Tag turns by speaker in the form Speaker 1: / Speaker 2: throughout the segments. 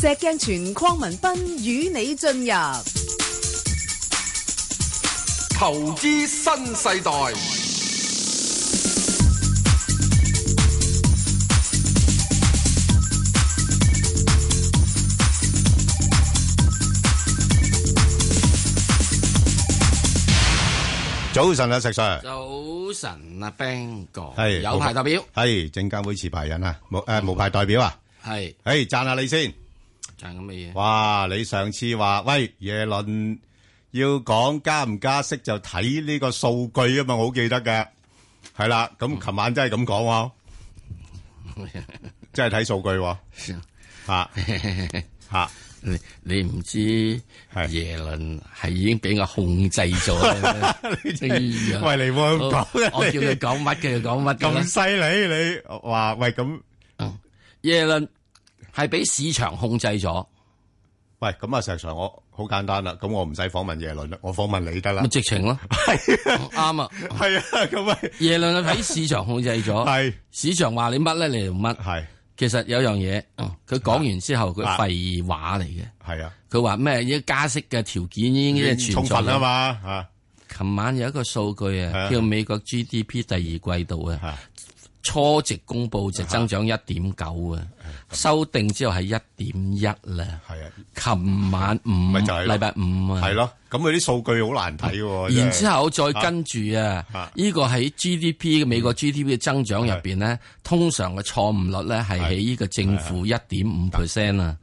Speaker 1: 石鏡泉鄺民彬與你進入
Speaker 2: 投資新世代。
Speaker 3: 早晨啊，石 Sir，
Speaker 4: 早晨啊，Bang 哥，
Speaker 3: 係
Speaker 4: 有排代表，
Speaker 3: 係證監會持牌人啊，冇誒無牌代表啊，
Speaker 4: 係
Speaker 3: 誒讚下你先。
Speaker 4: 就係咁嘅嘢。
Speaker 3: 哇！你上次話喂耶倫要講加唔加息就睇呢個數據啊嘛，我好記得嘅。係啦，咁琴晚真係咁講 喎，真係睇數據喎。嚇嚇
Speaker 4: 你你唔知
Speaker 3: 係
Speaker 4: 耶倫係已經俾我控制 咗啦
Speaker 3: 你真
Speaker 4: 哎呀
Speaker 3: 係喂你冇咁
Speaker 4: 我
Speaker 3: 講啊
Speaker 4: 我
Speaker 3: 你
Speaker 4: 叫你講乜嘅就講乜㗎啦
Speaker 3: 咁犀利你話喂咁
Speaker 4: 耶倫係俾市場控制咗，
Speaker 3: 喂咁啊，石 Sir 我好簡單啦，咁我唔使訪問耶倫啦，我訪問你得啦
Speaker 4: 咪。直情 咯，
Speaker 3: 係啊
Speaker 4: 啱啊！
Speaker 3: 係啊，咁咪
Speaker 4: 耶倫係俾市場控制咗，
Speaker 3: 係
Speaker 4: 市場話你乜咧，你就乜。
Speaker 3: 係
Speaker 4: 其實有樣嘢，嗯佢講完之後佢
Speaker 3: 啊
Speaker 4: 廢話嚟嘅，
Speaker 3: 係啊，
Speaker 4: 佢話咩？依加息嘅條件已經即
Speaker 3: 已經
Speaker 4: 係
Speaker 3: 充
Speaker 4: 存在
Speaker 3: 分
Speaker 4: 啦
Speaker 3: 啊嘛嚇。
Speaker 4: 琴晚有一個數據
Speaker 3: 係啊
Speaker 4: 啊，叫美國 GDP 第二季度啊，
Speaker 3: 吓
Speaker 4: 初值公佈就增長一點九啊，修訂之後係一點一啦。
Speaker 3: 係啊，
Speaker 4: 琴晚五
Speaker 3: 咪就係咯
Speaker 4: 禮拜五啊，
Speaker 3: 係咯，咁佢啲數據好難睇喎。
Speaker 4: 然之
Speaker 3: 後
Speaker 4: 後再跟住
Speaker 3: 啊嗯
Speaker 4: 啊，呢個喺 GDP 嘅美國 GDP 嘅增長入邊呢，通常嘅錯誤率呢係喺呢個正負一點五 percent 啊，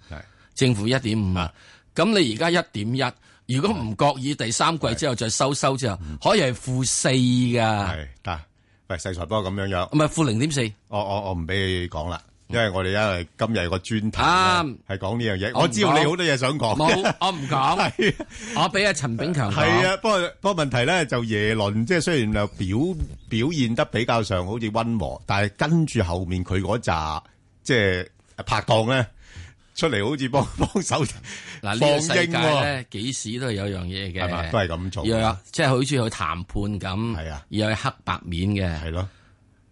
Speaker 4: 正負一點五啊。咁你而家一點一，如果唔覺意第三季之後再收收之後，可以係負四㗎。
Speaker 3: 嗯係得，喂，世才不過咁樣樣，
Speaker 4: 唔係負零點四，
Speaker 3: 我我我唔俾你講啦，
Speaker 4: 嗯
Speaker 3: 因為我哋因為今日有個專題
Speaker 4: 啱
Speaker 3: 咧係講呢樣嘢，
Speaker 4: 啊我唔
Speaker 3: 我知道
Speaker 4: 講
Speaker 3: 你好多嘢想講
Speaker 4: 冇
Speaker 3: 嘅，
Speaker 4: 我唔講，
Speaker 3: 係啊
Speaker 4: 我俾阿陳炳強
Speaker 3: 係
Speaker 4: 講，
Speaker 3: 啊，不過不過問題咧就耶倫，即係雖然就表表現得比較上好似温和，但係跟住後面佢嗰扎即係啊拍檔咧出嚟，好似幫 幫手
Speaker 4: 嗱呢
Speaker 3: 放
Speaker 4: 個世
Speaker 3: 鷹
Speaker 4: 界
Speaker 3: 喎，
Speaker 4: 咧幾時都係有樣嘢
Speaker 3: 係嘛，
Speaker 4: 嘅，
Speaker 3: 都係咁做，
Speaker 4: 要有即係好似去談判咁，
Speaker 3: 係啊
Speaker 4: 要有黑白面嘅，
Speaker 3: 係咯，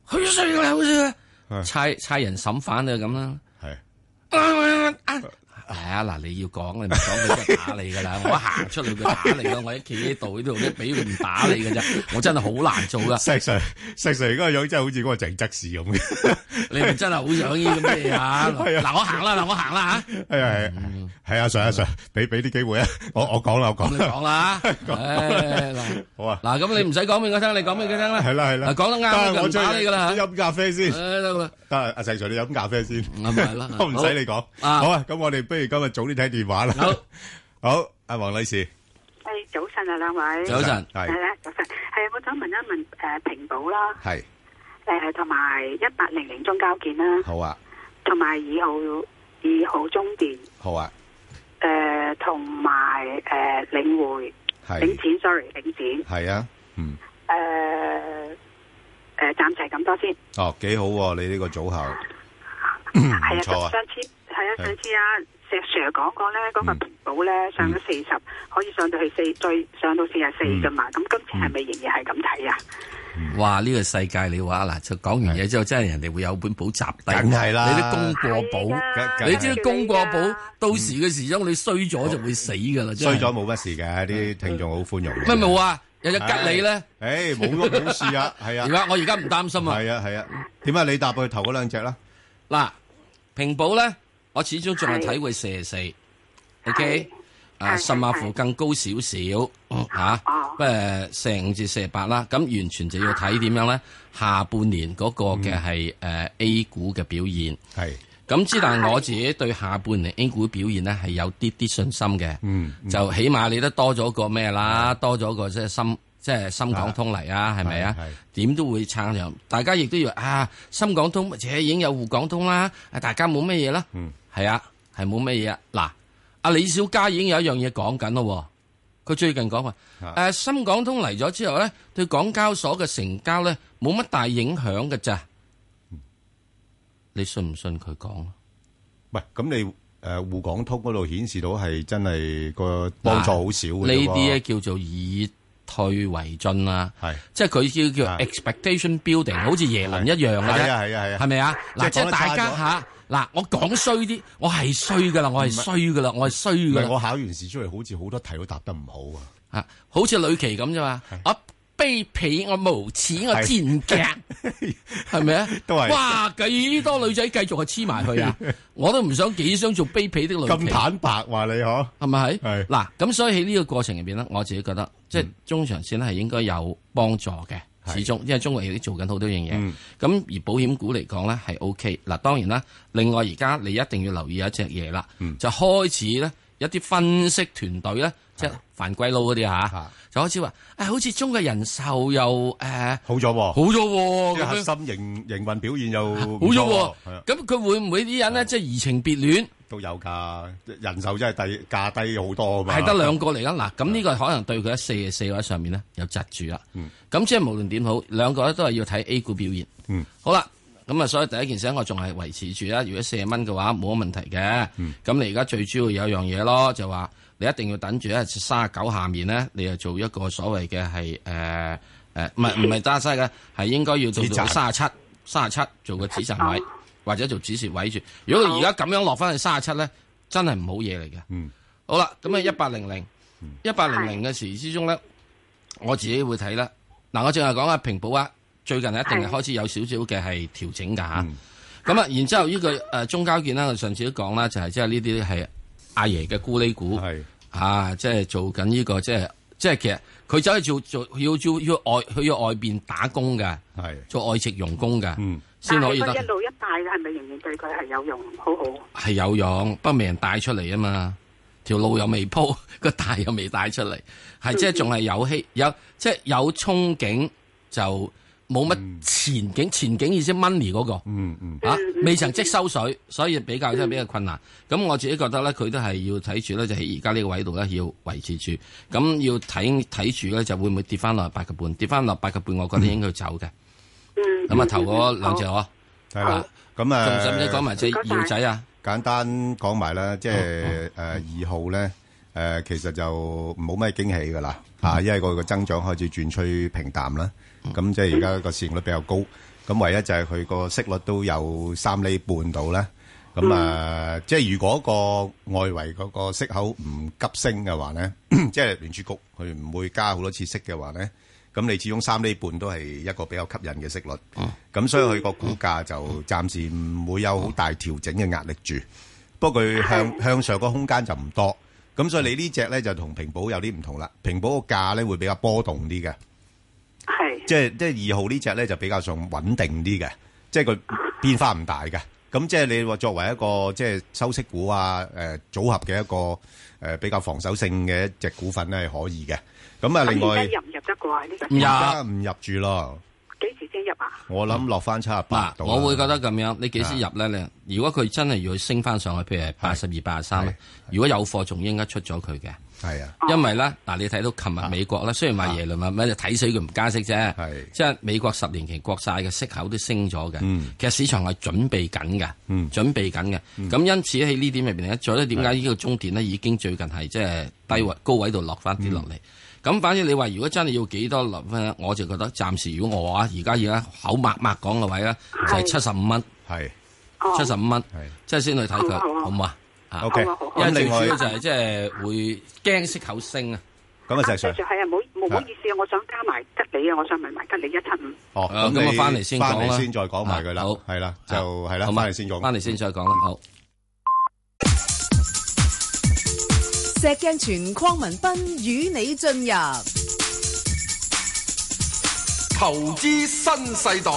Speaker 4: 好衰啦，好衰
Speaker 3: 係
Speaker 4: 啦，差差人審犯就咁啦。
Speaker 3: 係。
Speaker 4: 啊啊啊係啊，嗱，你要講，你唔講佢真係打你 噶啦！我一行出去佢打你噶，我一企喺度呢度咧，俾佢唔打你噶咋，我真係好難做噶。
Speaker 3: 石 Sir，石 Sir 嗰個樣真係好似嗰個鄭則仕咁嘅，
Speaker 4: 你咪真係好想呢咁嘅嘢啊！
Speaker 3: 係啊
Speaker 4: 嗱，我行啦，嗱，我行啦吓。
Speaker 3: 係係係啊，Sir 啊 Sir，俾俾啲機會啊， 我我講啦，我
Speaker 4: 咁你
Speaker 3: 講啦，
Speaker 4: 講啦，唉嗱
Speaker 3: 好啊，
Speaker 4: 嗱，咁你唔使講俾我聽，你講俾佢聽啦。
Speaker 3: 係啦係啦，
Speaker 4: 嗱講得啱，
Speaker 3: 得
Speaker 4: 佢
Speaker 3: 我
Speaker 4: 唔打你噶啦
Speaker 3: 出去飲咖啡先
Speaker 4: 唉，得啦，
Speaker 3: 得啊，阿石 Sir 你飲咖啡先，
Speaker 4: 咁咪係啦
Speaker 3: 我唔使你講，
Speaker 4: 啊
Speaker 3: 好啊，咁我哋不如今日早啲睇電話
Speaker 4: 好
Speaker 3: 啦， 好，阿黃女士，
Speaker 5: 系早晨啊，兩位。
Speaker 4: 早晨
Speaker 5: 係
Speaker 3: 係
Speaker 5: 啦，早晨。係我想問一問诶、誒平保啦，
Speaker 3: 係
Speaker 5: 诶、同埋一八零零中交建啦，
Speaker 3: 好啊
Speaker 5: 同埋二號二號中電，
Speaker 3: 好啊
Speaker 5: 诶、同埋诶領匯領展，sorry 領展，
Speaker 3: 係啊，嗯，
Speaker 5: 诶、诶暫時係咁多先。
Speaker 3: 哦幾好喎，你呢個組合。
Speaker 5: 係
Speaker 3: 唔錯啊
Speaker 5: 啊，上次係啊，
Speaker 3: 係
Speaker 5: 上次啊石 Sir 講過咧，嗰、個
Speaker 3: 嗯
Speaker 5: 平保咧上咗四十，可以上到去四，再上到四十
Speaker 3: 嗯
Speaker 5: 四噶嘛。咁今次係咪仍然係咁睇啊？
Speaker 4: 哇！呢個世界你話嗱，就講完嘢之後，真係人哋會有本簿集低，
Speaker 3: 梗係啦
Speaker 4: 你都供過
Speaker 5: 係啊
Speaker 3: 梗
Speaker 4: 簿，你知
Speaker 5: 梗係
Speaker 4: 供過簿，到時嘅時鐘你衰咗就會死噶啦，真
Speaker 3: 衰
Speaker 4: 係
Speaker 3: 咗。冇乜事嘅，啲聽眾好寬容嘅。
Speaker 4: 乜冇啊？有隻吉你咧，
Speaker 3: 唉？誒冇乜本事 啊，係啊
Speaker 4: 而。家我而家唔擔心啊。
Speaker 3: 系啊系啊，点啊？你答佢頭嗰兩隻啦，
Speaker 4: 嗱，平保咧，我始終仲係睇佢四十四，OK，啊，
Speaker 5: 係
Speaker 4: 甚或乎更高少少嚇
Speaker 5: 哦，
Speaker 4: 不過四五至四十八啦，咁完全就要睇點樣咧？下半年嗰個嘅
Speaker 5: 嗯
Speaker 4: 係誒 A 股嘅表現，
Speaker 3: 係
Speaker 4: 咁之但我自己對下半年 A 股表現咧係有啲啲信心嘅，
Speaker 3: 嗯
Speaker 4: 就起碼你都多咗個咩啦，多咗個即係深即係深港通嚟啊，係咪啊
Speaker 3: 係係？
Speaker 4: 點都會撐上，大家亦都要啊，深港通而且已經有滬港通啦，啊大家冇乜嘢啦，
Speaker 3: 嗯
Speaker 4: 係啊，係冇乜嘢啊。嗱，阿李小加已經有一樣嘢講緊咯喎，佢最近講話
Speaker 3: 啊
Speaker 4: 誒深港通嚟咗之後咧，對港交所嘅成交咧冇乜大影響嘅咋，你信唔信佢講？
Speaker 3: 喂，咁你诶沪港通嗰度顯示到係真係個幫助好少嘅
Speaker 4: 呢
Speaker 3: 啫喎
Speaker 4: 啲咧叫做以退為進啦，
Speaker 3: 係
Speaker 4: 即係佢叫叫
Speaker 3: 啊
Speaker 4: expectation building，好似耶倫一樣嘅
Speaker 3: 係
Speaker 4: 啫，
Speaker 3: 啊係啊係啊
Speaker 4: 係咪啊？
Speaker 3: 即係
Speaker 4: 嗱，即
Speaker 3: 講得
Speaker 4: 係大
Speaker 3: 差咗
Speaker 4: 家嚇，嗱，我講衰啲，我係衰噶啦，我係衰噶啦，我係衰
Speaker 3: 唔
Speaker 4: 噶
Speaker 3: 係我
Speaker 4: 啦，
Speaker 3: 考完試出嚟，好似好多題都答得唔好啊。
Speaker 4: 啊，好似呂琦咁啫嘛，我卑鄙，我無恥，我賤格， 係咪啊？
Speaker 3: 都係
Speaker 4: 哇，幾多女仔繼續係黐埋去 啊！我都唔想幾想做卑鄙的呂
Speaker 3: 咁
Speaker 4: 琦。
Speaker 3: 坦白話你嗬，
Speaker 4: 係咪係？嗯
Speaker 3: 係
Speaker 4: 嗱，咁所以喺呢個過程入邊咧，我自己覺得即係中長線咧係應該有幫助嘅，
Speaker 3: 係
Speaker 4: 始終因為中國亦都做緊好多樣嘢。咁、
Speaker 3: 嗯
Speaker 4: 而保險股嚟講咧係 O K。嗱，當然啦，另外而家你一定要留意有一隻嘢啦，就開始咧一啲分析團隊咧，即係犯歸佬嗰啲
Speaker 3: 係
Speaker 4: 嚇，就開始話誒、哎好似中國人壽又誒、呃
Speaker 3: 好咗喎
Speaker 4: 好，咗喎
Speaker 3: 即係核
Speaker 4: 咁樣。
Speaker 3: 心營營運表現又唔
Speaker 4: 好咗
Speaker 3: 錯
Speaker 4: 喎
Speaker 3: 喎，係啊，
Speaker 4: 咁佢會唔會啲人咧即係移情別戀？
Speaker 3: 都有㗎，人手真係低價低好多啊嘛，
Speaker 4: 係得兩個嚟㗎嗯嗱，咁呢個可能對佢喺四嘅四位上面咧有窒住啦。咁即係無論點好，兩個咧都係要睇 A 股表現。
Speaker 3: 嗯
Speaker 4: 好啦，咁啊，所以第一件事呢我仲係維持住啦。如果四十蚊嘅話，冇乜問題嘅。咁你而家最主要有樣嘢咯，就話你一定要等住咧三十九下面咧，你就做一個所謂嘅係誒誒，唔係唔係揸西嘅，係應該要做
Speaker 3: 止賺
Speaker 4: 到三十七、三十七做個止賺位，或者做止蝕位住。如果佢而家咁樣落翻去三十七咧，真係唔好嘢嚟嘅。
Speaker 3: 嗯
Speaker 4: 好啦，咁啊一八零零，一八零零嘅時之中咧，我自己會睇啦。嗱，我淨係講啊，平保啊，最近一定係
Speaker 5: 係
Speaker 4: 開始有少少嘅係調整㗎嚇
Speaker 3: 嗯。
Speaker 4: 咁啊，然之後呢個誒中交建啦，我上次都講啦，就係即係呢啲係阿爺嘅咕喱股
Speaker 3: 係
Speaker 4: 啊，即係做緊呢個即係即係其實佢走去做做要做要外去要外邊打工㗎，
Speaker 3: 係
Speaker 4: 做外籍傭工㗎，
Speaker 3: 嗯
Speaker 4: 先可以
Speaker 5: 但係
Speaker 4: 得
Speaker 5: 佢一路一帶係咪仍然對佢係有用？好好，
Speaker 4: 係有用，不過未人帶出嚟啊嘛，條路又未鋪， 個帶又未帶出嚟，係即係仲係有希有即係有憧憬，就冇乜前景。前景意思 money 嗰、個。
Speaker 3: 嗯嗯
Speaker 4: 啊，未曾即收水，所以比較真係比較困難。咁我自己覺得咧，佢都係要睇住咧，就喺而家呢個位度咧，要維持住。咁要睇睇住咧，就會唔會跌翻落八個半？跌翻落八個半，我覺得應該要走嘅。
Speaker 5: 嗯，
Speaker 4: 咁啊，頭嗰兩隻我，
Speaker 3: 係啦，咁
Speaker 4: 仲
Speaker 3: 啊，
Speaker 4: 使唔使講埋隻
Speaker 5: 唔該晒
Speaker 4: 二號仔啊？
Speaker 3: 簡單講埋啦，即係誒二號咧，誒、其實就冇咩驚喜噶啦嚇，因為個個增長開始轉趨平淡啦。咁即係而家個市盈率比較高，咁唯一就係佢個息率都有三厘半到啦。咁啊，即係如果個外圍嗰個息口唔急升嘅話咧， 即係聯儲局佢唔會加好多次息嘅話咧，咁你始終三厘半都係一個比較吸引嘅息率。咁所以佢個股價就暫時唔會有好大調整嘅壓力住。不過佢向向上個空間就唔多，咁所以你呢只咧就同平保有啲唔同啦。平保個價咧會比較波動啲嘅，
Speaker 5: 係
Speaker 3: 即係即係二號呢只咧就比較上穩定啲嘅，即係佢變化唔大嘅。咁即係你話作為一個即係收息股啊，誒、組合嘅一個誒、比較防守性嘅一隻股份咧係可以嘅。咁啊，另
Speaker 5: 咁
Speaker 3: 外
Speaker 5: 而家入唔入得過啊？呢個
Speaker 4: 唔入
Speaker 3: 而家唔入住咯，
Speaker 5: 幾時先入啊？
Speaker 3: 我諗落翻七十八
Speaker 4: 嗱，
Speaker 3: 度啦。啊
Speaker 4: 我會覺得咁樣，你幾時入咧？你如果佢真係要升翻上去，譬如係八十二、八十三咧，如果有貨，仲應該出咗佢嘅，
Speaker 3: 係啊，
Speaker 4: 因為咧嗱，你睇到琴日美國咧，雖然話耶倫話咩睇死佢唔加息啫
Speaker 3: 係，
Speaker 4: 即係美國十年期國債嘅息口都升咗嘅
Speaker 3: 嗯，
Speaker 4: 其實市場係準備緊嘅
Speaker 3: 嗯，
Speaker 4: 準備緊嘅。咁因此喺呢點入邊咧，再咧點解呢個中電咧已經最近係即係低
Speaker 3: 嗯
Speaker 4: 位高位度落翻啲落嚟？咁反正你話如果真係要幾多落翻咧，我就覺得暫時如果我啊而家而家口默默講嘅位咧，就係
Speaker 3: 嗯
Speaker 4: 七十五蚊。
Speaker 3: 係
Speaker 5: 哦
Speaker 3: 嗯
Speaker 4: 七十五蚊
Speaker 3: 係，
Speaker 4: 即係先去睇佢，
Speaker 5: 好啊
Speaker 3: 嗯
Speaker 4: 好唔好啊？啊
Speaker 3: OK。
Speaker 5: 好啊好啊
Speaker 4: 因為
Speaker 3: 咁
Speaker 4: 最
Speaker 3: 另
Speaker 4: 主
Speaker 3: 外
Speaker 4: 要就係即係會驚息口升啊！
Speaker 3: 咁啊，
Speaker 5: 啊
Speaker 3: 石 Sir
Speaker 5: 石。Sir，係啊，唔好唔好意思啊，我想加埋吉利啊，我想問埋吉利一七五。
Speaker 3: 哦，
Speaker 4: 啊
Speaker 3: 咁
Speaker 4: 咁啊
Speaker 3: 你
Speaker 4: 返嚟先
Speaker 3: 返
Speaker 4: 講
Speaker 3: 嚟
Speaker 4: 啦
Speaker 3: 先再講埋佢啦
Speaker 4: 啊好，
Speaker 3: 係啦，就係啦，
Speaker 4: 好
Speaker 3: 翻
Speaker 4: 嘛
Speaker 3: 嚟先講。嗯
Speaker 4: 翻嚟先再講啦。好，
Speaker 1: 石鏡泉框文斌與你進入
Speaker 2: 投資新世代，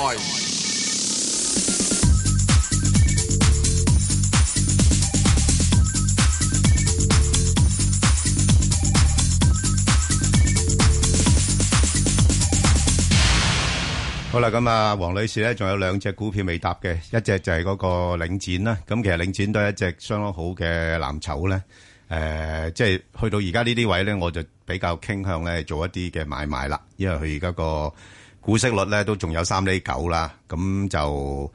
Speaker 3: 好啦，咁啊，黃女士咧，仲有兩隻股票未答嘅，一隻就係嗰個領展啦。咁其實領展都係一隻相當好嘅藍籌咧。誒、即係去到而家呢啲位咧，我就比較傾向咧做一啲嘅買賣啦，因為佢而家個股息率咧都仲有三厘九啦。咁就誒、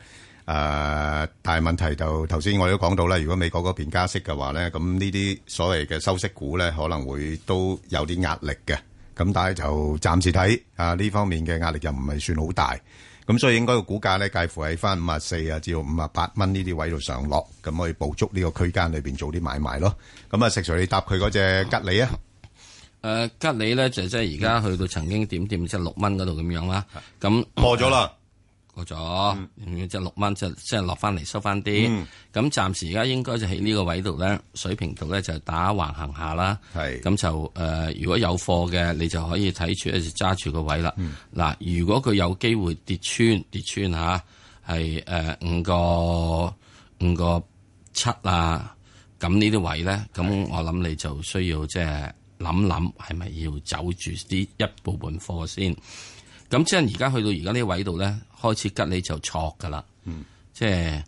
Speaker 3: 但係問題就頭先我都講到啦，如果美國嗰邊加息嘅話咧，咁呢啲所謂嘅收息股咧，可能會都有啲壓力嘅。咁但係就暫時睇啊，呢方面嘅壓力又唔係算好大。咁所以應該個股價咧介乎喺翻五啊四啊至到五啊八蚊呢啲位度上落，咁可以捕捉呢個區間裏邊做啲買賣咯。咁啊，食 Sir 你搭佢嗰只吉利啊，
Speaker 4: 誒呃吉利咧就即係而家去到曾經點點即係六蚊嗰度咁樣啦，
Speaker 3: 嗯
Speaker 4: 咁
Speaker 3: 破咗啦，
Speaker 4: 過咗，
Speaker 3: 嗯
Speaker 4: 嗯即係六蚊，即係即係落翻嚟收翻啲。咁、暫時而家應該就喺呢個位度咧，水平度咧就打橫行下啦。
Speaker 3: 係
Speaker 4: 咁就誒、呃如果有貨嘅，你就可以睇住咧就揸住個位啦。嗱、如果佢有機會跌穿跌穿下，係誒五個五個七啊，咁呢啲位咧，咁我諗你就需要即係諗諗係咪要走住啲一部分貨先。咁即係而家去到而家呢位度咧，開始吉你就錯噶啦。即係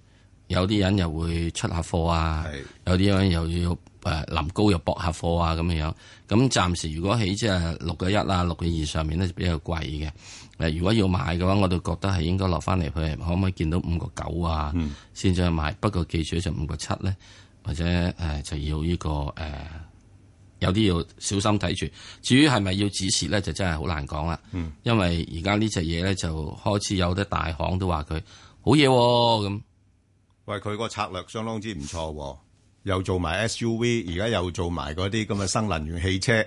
Speaker 4: 有啲人又會出下貨啊
Speaker 3: 係，
Speaker 4: 有啲人又要誒、呃、臨高又搏下貨啊咁樣樣。咁暫時如果喺即係六個一啊、六個二上面咧，就比較貴嘅。呃誒，如果要買嘅話，我就覺得係應該落翻嚟，佢可唔可以見到五個九啊，先再買。不過記住就五個七咧，或者誒、呃就要呢、個誒。呃有啲要小心睇住。至於係咪要指示咧，就真係好難講啦。因為而家呢只嘢咧，就開始有啲大行都話佢好嘢喎咁。
Speaker 3: 喂，佢個策略相當之唔錯喎，又做埋 SUV，而家又做埋嗰啲咁嘅新能源汽車。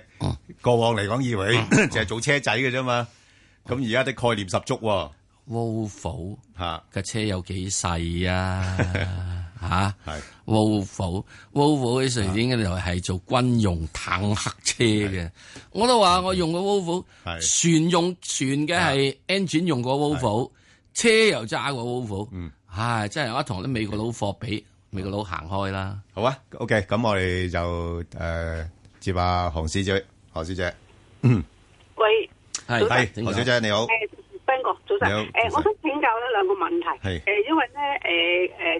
Speaker 3: 過往嚟講以為就係做車仔嘅啫嘛，咁而家啲概念十足喎，
Speaker 4: Wolf
Speaker 3: 嚇
Speaker 4: 嘅車有幾細啊？ 嚇
Speaker 3: 係
Speaker 4: Wolf，Wolf 喺瑞典嘅就係做軍用坦克車嘅。我都話我用過 Wolf，
Speaker 3: 嗯係
Speaker 4: 船用船嘅係 engine 用過 Wolf，車又揸過 Wolf。唉，
Speaker 3: 嗯
Speaker 4: 真係我一同啲美國佬貨比，美國佬行開啦。
Speaker 3: 好啊，OK，咁我哋就誒接下韓小姐，韓小姐，
Speaker 5: 喂，
Speaker 4: 係
Speaker 5: 早晨
Speaker 3: 係韓小姐你好，
Speaker 5: 誒 Ben 哥，早晨
Speaker 3: 你好。
Speaker 5: 誒，
Speaker 3: 早晨
Speaker 5: 我想請教咧兩個問題。
Speaker 3: 係
Speaker 5: 誒，因為咧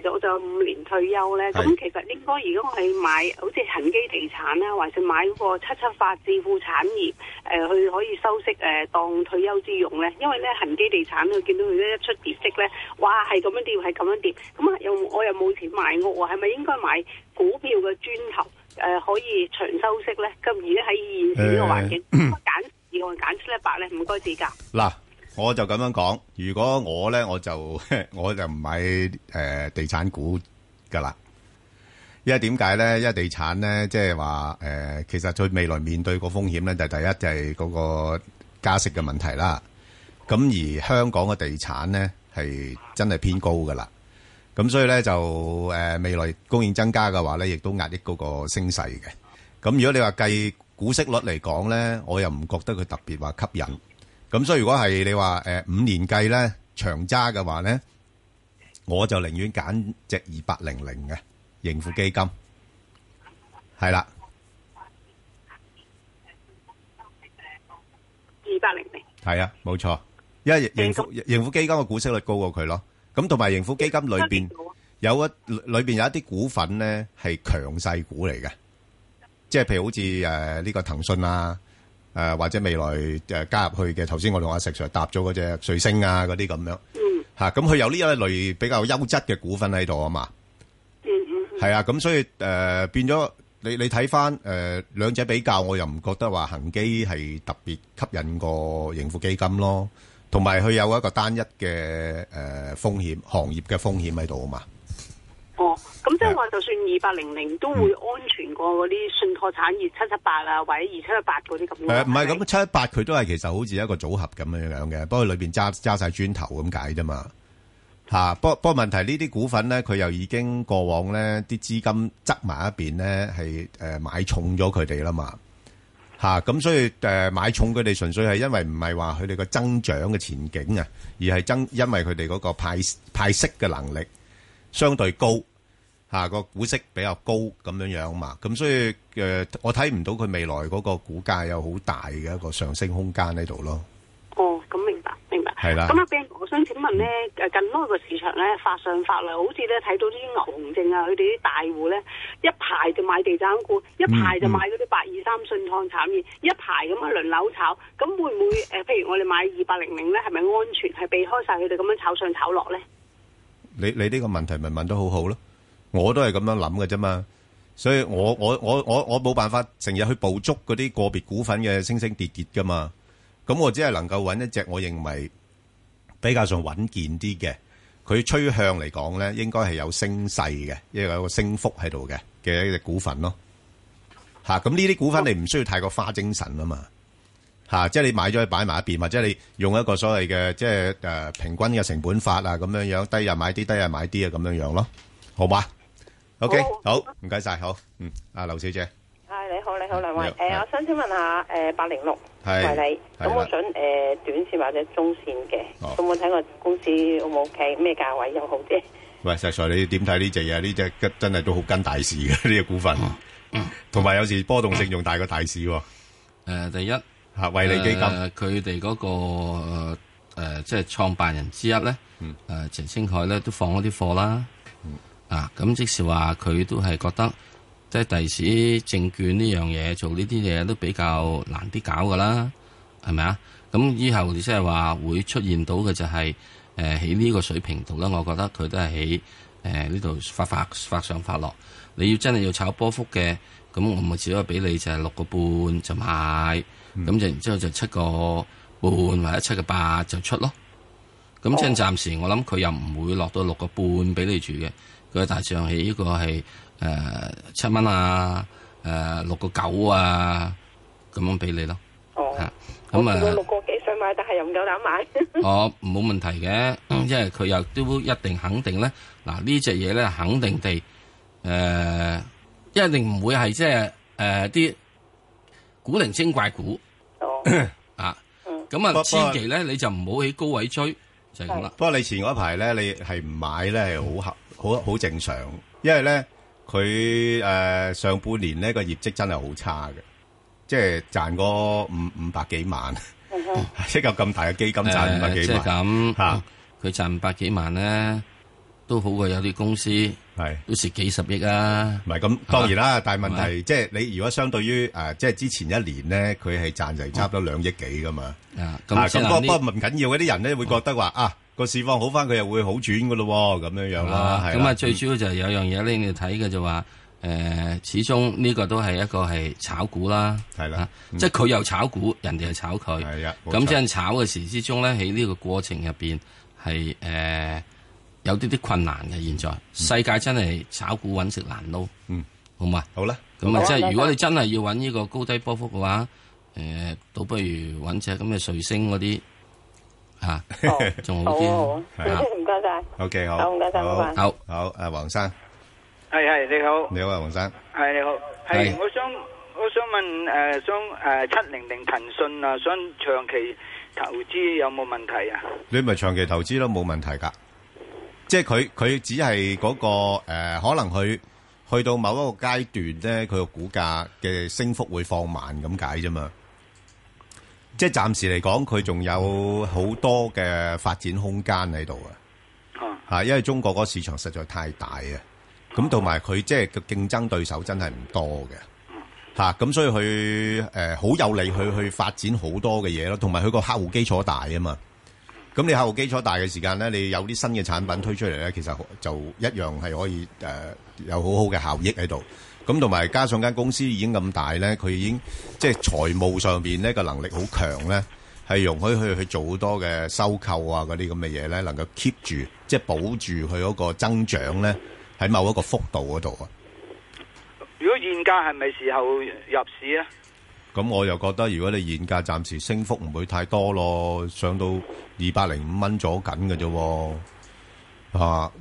Speaker 5: 誒誒，就我就五年退休咧，咁
Speaker 3: 係
Speaker 5: 其實應該如果我係買好似恒基地產啦，還是買嗰個七七八置富產業誒，去可以收息誒當退休之用咧？因為咧恒基地產我見到佢一出業績咧，哇係咁樣跌，係咁樣跌，咁啊又我又冇錢買屋喎，係咪應該買股票嘅磚頭誒可以長收息咧？咁而家喺現時呢個環境，應該揀二我揀七一八咧，唔該指教。
Speaker 3: 嗱，我就咁樣講，如果我咧，我就 我就唔買誒、呃地產股噶啦。因為點解咧？因為地產咧，即係話誒，其實佢未來面對個風險咧，就第一就係嗰個加息嘅問題啦。咁而香港嘅地產咧係真係偏高噶啦。咁所以咧就誒、呃未來供應增加嘅話咧，亦都壓抑嗰個升勢嘅。咁如果你話計股息率嚟講咧，我又唔覺得佢特別話吸引。咁所以如果係你話誒五年計咧長揸嘅話咧，我就寧願揀只二八零零嘅盈富基金，係啦，
Speaker 5: 二百零零。
Speaker 3: 係啊，冇錯，因為盈富盈富基金嘅股息率高過佢咯。咁同埋盈富基金裏邊
Speaker 5: 嗯
Speaker 3: 有一裏邊有一啲股份咧係強勢股嚟嘅，即係譬如好似誒呢個騰訊啊，誒、或者未來誒、加入去嘅，頭先我同阿石 Sir 搭咗嗰隻瑞星啊嗰啲咁樣。
Speaker 5: 嗯
Speaker 3: 吓，咁佢有呢一類比較優質嘅股份喺度啊嘛，
Speaker 5: 嗯嗯嗯，
Speaker 3: 係啊，咁所以诶、呃、变咗你你睇翻诶兩者比較，我又唔覺得話恒基係特別吸引過盈富基金咯，同埋佢有一個單一嘅诶、呃、風險行業嘅風險喺度啊嘛，
Speaker 5: 哦，咁即係話，就算二百零零都會安全過嗰啲信託產業七七八啊，或者二七一八嗰啲咁咯。
Speaker 3: 誒唔係
Speaker 5: 係咪
Speaker 3: 咁七一八佢都係其實好似一個組合咁樣樣嘅，不過裏邊揸揸曬磚頭咁解啫嘛。嚇、不過不過問題呢啲股份咧，佢又已經過往咧啲資金側埋一邊咧，係誒、呃、買重咗佢哋啦嘛。嚇咁、所以誒、呃、買重佢哋純粹係因為唔係話佢哋個增長嘅前景啊，而係增因為佢哋嗰個派派息嘅能力相對高。下個股息比較高咁樣樣嘛，咁所以誒、呃我睇唔到佢未來嗰個股價有好大嘅一個上升空間喺度咯。
Speaker 5: 哦，咁明白明白。
Speaker 3: 係啦
Speaker 5: 咁阿 Ben，我想請問咧，誒近來個市場咧發上發落，好似咧睇到啲牛熊證啊，佢哋啲大戶咧一排就買地產股，一排
Speaker 3: 嗯
Speaker 5: 就買嗰啲八二三信託產業，一排咁樣輪流炒。咁會唔會誒？譬如我哋買二百零零咧，係咪安全？係避開晒佢哋咁樣炒上炒落咧？
Speaker 3: 你你呢個問題咪問得好好咯，我都係咁樣諗嘅啫嘛。所以我我我我我冇辦法成日去捕捉嗰啲個別股份嘅升升跌跌噶嘛。咁我只係能夠揾一隻我認為比較上穩健啲嘅，佢趨向嚟講咧，應該係有升勢嘅，因為有個升幅喺度嘅嘅一隻股份咯。吓、咁呢啲股份你唔需要太過花精神啊嘛。吓、即係你買咗佢擺埋一邊，或者你用一個所謂嘅即係诶、呃平均嘅成本法啊，咁樣樣低日買啲，低日買啲啊，咁樣樣咯，好嘛？OK，好，唔該晒，好，嗯，阿劉小姐。
Speaker 6: 系你好，你好，兩位
Speaker 3: 你好。
Speaker 6: 诶、
Speaker 3: 係
Speaker 6: 我想請問下，诶、八零六
Speaker 3: 係
Speaker 6: 為你，
Speaker 3: 係
Speaker 6: 咁我
Speaker 3: 啦
Speaker 6: 想诶、誒短線或者中線嘅，
Speaker 3: 哦
Speaker 6: 咁我睇個公司 O 唔 O K，咩價位又好啫？
Speaker 3: 喂，石 Sir，你點睇呢只嘢？呢只真係都好跟大市嘅 呢只股份，
Speaker 4: 嗯
Speaker 3: 同埋有時波動性仲大過大市喎。
Speaker 4: 诶，第一，
Speaker 3: 吓，惠利基金
Speaker 4: 誒呃佢哋嗰個誒即係創辦人之一咧，
Speaker 3: 嗯
Speaker 4: 誒陳星海咧都放咗啲貨啦，啊咁即是話佢都係覺得即係第時證券呢樣嘢做呢啲嘢都比較難啲搞噶啦，係咪啊？咁以後即係話會出現到嘅就係誒喺呢個水平度咧，我覺得佢都係喺誒呢度發發發上發落。你要真係要炒波幅嘅，咁我咪只可以俾你就係六個半就買。咁就然之後就七個半或者七個八就出咯。咁即係暫時我諗佢又唔會落到六個半俾你住嘅，佢大致上起呢個係誒七蚊啊，誒六個九啊咁樣俾你咯。
Speaker 6: 哦
Speaker 4: 嚇，
Speaker 6: 我
Speaker 4: 咁
Speaker 6: 見到
Speaker 4: 啊
Speaker 6: 六，個幾想買，但係又唔夠膽 買。
Speaker 4: 我冇問題嘅，因為佢又都一定肯定咧。嗱呢只嘢咧，肯定地誒、ờ, 一定唔會係即係誒啲古靈精怪股。
Speaker 6: 哦，
Speaker 4: 啊
Speaker 6: 嗯，
Speaker 4: 咁
Speaker 3: 不
Speaker 4: 啊，千祈咧你就唔好喺高位追，就係咁啦。
Speaker 3: 不過你前嗰排咧，你係唔買咧係好合好好正常，因為咧佢诶上半年呢個業績真係好差嘅，即係賺嗰五五百幾萬， 一嚿咁大嘅基金賺五百
Speaker 4: 嗯誒
Speaker 3: 幾
Speaker 4: 即係
Speaker 3: 萬，
Speaker 4: 咁
Speaker 3: 嚇，
Speaker 4: 佢賺五百幾萬咧，都好過有啲公司
Speaker 3: 係。
Speaker 4: 都蝕幾十億啊。
Speaker 3: 唔係，咁當然啦，但係問題，
Speaker 4: 係咪？
Speaker 3: 即係你如果相對於，呃，即係之前一年呢，佢係賺成差唔多2億幾㗎嘛。
Speaker 4: 啊，
Speaker 3: 啊，
Speaker 4: 咁先
Speaker 3: 咁不-
Speaker 4: 啦，呢嗯
Speaker 3: 不過唔緊要嘅，啲人呢會覺得話，啊，個市況好返，佢又會好轉㗎咯喎，咁樣樣啦，
Speaker 4: 啊
Speaker 3: 係啦。
Speaker 4: 咁啊，最主要就係有樣嘢咧，你要睇嘅就話誒，始終呢個都係一個係炒股啦，
Speaker 3: 係啦
Speaker 4: 啊
Speaker 3: 嗯
Speaker 4: 即係佢又炒股，人哋又炒佢，
Speaker 3: 係啊冇錯
Speaker 4: 咁即係炒嘅時之中咧，喺呢個過程入邊係誒有啲啲困難嘅。現在世界真係炒股揾食難撈，
Speaker 3: 嗯，
Speaker 4: 好嘛？
Speaker 3: 好啦，
Speaker 4: 咁啊，
Speaker 6: 好啊
Speaker 4: 即係
Speaker 6: 拜拜
Speaker 4: 如果你真係要揾呢個高低波幅嘅話，誒，倒不如揾只咁嘅瑞星嗰啲嚇，
Speaker 6: 哦
Speaker 4: 仲好
Speaker 6: 好啊好
Speaker 4: 啲
Speaker 6: 啊，
Speaker 3: 係啊
Speaker 6: 唔該晒。
Speaker 3: OK，好，
Speaker 6: 好，唔該晒，
Speaker 3: 好，
Speaker 6: 拜拜。
Speaker 4: 好。
Speaker 3: 好，啊，黃生，你好啊，黃生。啊
Speaker 7: 系系你好，系你好，
Speaker 4: 係
Speaker 7: 系我想我想问诶、呃想诶七零零腾讯啊，想长期投资有冇问题啊？
Speaker 3: 你咪長期投資咯，冇問題㗎。即係佢佢只係嗰、個、呃、可能佢去到某一個階段咧，佢個股價嘅升幅會放慢咁解啫嘛。即係暫時嚟講，佢仲有好多嘅發展空間喺度啊！
Speaker 7: 哦，
Speaker 3: 嚇，因為中國嗰個市場實在太大啊，咁同埋佢即係個競爭對手真係唔多嘅，嚇咁所以佢誒好有利佢去發展好多嘅嘢咯，同埋佢個客戶基礎大啊嘛。咁你客戶基礎大嘅時間咧，你有啲新嘅產品推出嚟咧，其實就一樣係可以誒、呃有好好嘅效益喺度。咁同埋加上間公司已經咁大咧，佢已經即係財務上邊呢個能力好強咧，係容許佢去做好多嘅收購啊嗰啲咁嘅嘢咧，能夠 keep 住即係保住佢嗰個增長咧喺某一個幅度嗰度啊。
Speaker 7: 如果现价系咪时候入市啊？
Speaker 3: 咁我又覺得，如果你現價暫時升幅唔會太多咯，上到二百零五蚊左緊嘅啫喎，啊，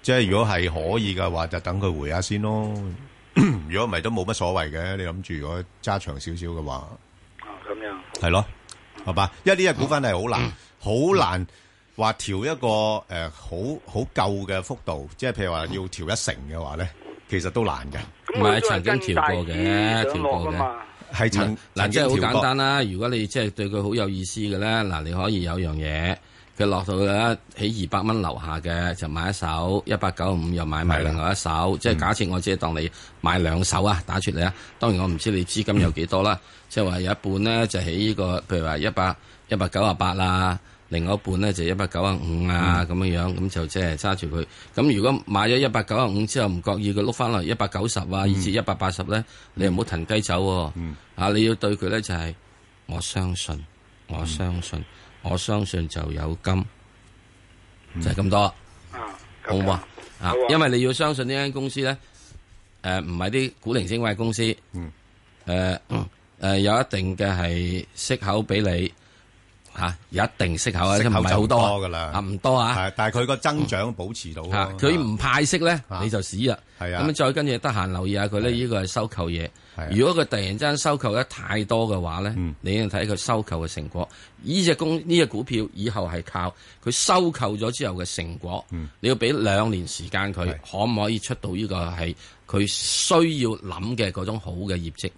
Speaker 3: 即係如果係可以嘅話，就等佢回下先咯。 如果唔係都冇乜所謂嘅，你諗住如果揸長少少嘅話，
Speaker 7: 哦，咁样
Speaker 3: 係咯，係嘛？因為呢只股份係好
Speaker 4: 嗯
Speaker 3: 難，好難話調一個誒、呃好好夠嘅幅度，即係譬如話要調一成嘅話咧，其實都難嘅，
Speaker 7: 咁
Speaker 4: 唔係
Speaker 7: 佢都係
Speaker 4: 曾經
Speaker 7: 跟
Speaker 4: 調過
Speaker 7: 大市
Speaker 4: 嘅
Speaker 7: 上落
Speaker 4: 調過
Speaker 7: 㗎嘛。
Speaker 3: 係
Speaker 4: 嗱
Speaker 3: 曾
Speaker 4: 嗱，
Speaker 3: 曾
Speaker 4: 即
Speaker 3: 經
Speaker 4: 係好
Speaker 3: 調
Speaker 4: 簡
Speaker 3: 過。
Speaker 4: 單啦。如果你即係對佢好有意思嘅咧，嗱，你可以有樣嘢，佢落到咧喺二百蚊樓下嘅就買一手，一百九五又買埋
Speaker 3: 係啦嗯
Speaker 4: 另外一手。即係假設我只係當你買兩手啊，打出嚟啊。當然我唔知你資金有幾多啦，即係話有一半咧就喺呢個，譬如話一百一百九啊八啦。另外一半咧就一百九啊五
Speaker 3: 嗯
Speaker 4: 啊咁樣樣，咁就即係揸住佢。咁如果買咗一百九啊五之後唔覺意佢碌翻落一百九十啊，
Speaker 3: 嗯
Speaker 4: 以至一百八十咧，你又唔好騰雞走喎。啊，你要對佢咧就係我相信，我相信，我相信就有金，
Speaker 3: 嗯
Speaker 4: 就係咁多啦，
Speaker 8: 啊，
Speaker 4: 好
Speaker 8: 咁
Speaker 4: 唔好啊？啊
Speaker 8: 好啊，
Speaker 4: 因為你要相信呢間公司咧，诶唔係啲古靈精怪公司，
Speaker 3: 嗯
Speaker 4: 诶诶有一定嘅係息口俾你吓，有一定息口啊，即
Speaker 3: 息
Speaker 4: 係
Speaker 3: 口
Speaker 4: 唔係
Speaker 3: 就
Speaker 4: 好
Speaker 3: 唔
Speaker 4: 多啊
Speaker 3: 多㗎啦
Speaker 4: 啊唔多啊。
Speaker 3: 係但係佢個增長保持到咯
Speaker 4: 吓，佢唔派息咧，
Speaker 3: 啊
Speaker 4: 你就屎啦。
Speaker 3: 係啊
Speaker 4: 咁再跟住得閒留意下佢咧，呢個係收購嘢
Speaker 3: 係啊。
Speaker 4: 如果佢突然之間收購得太多嘅話咧
Speaker 3: 嗯，
Speaker 4: 你要睇佢收購嘅成果。呢只公呢只股票以後係靠佢收購咗之後嘅成果
Speaker 3: 嗯，
Speaker 4: 你要俾兩年時間佢
Speaker 3: 係
Speaker 4: 可唔可以出到呢個係佢需要諗嘅嗰種好嘅業績。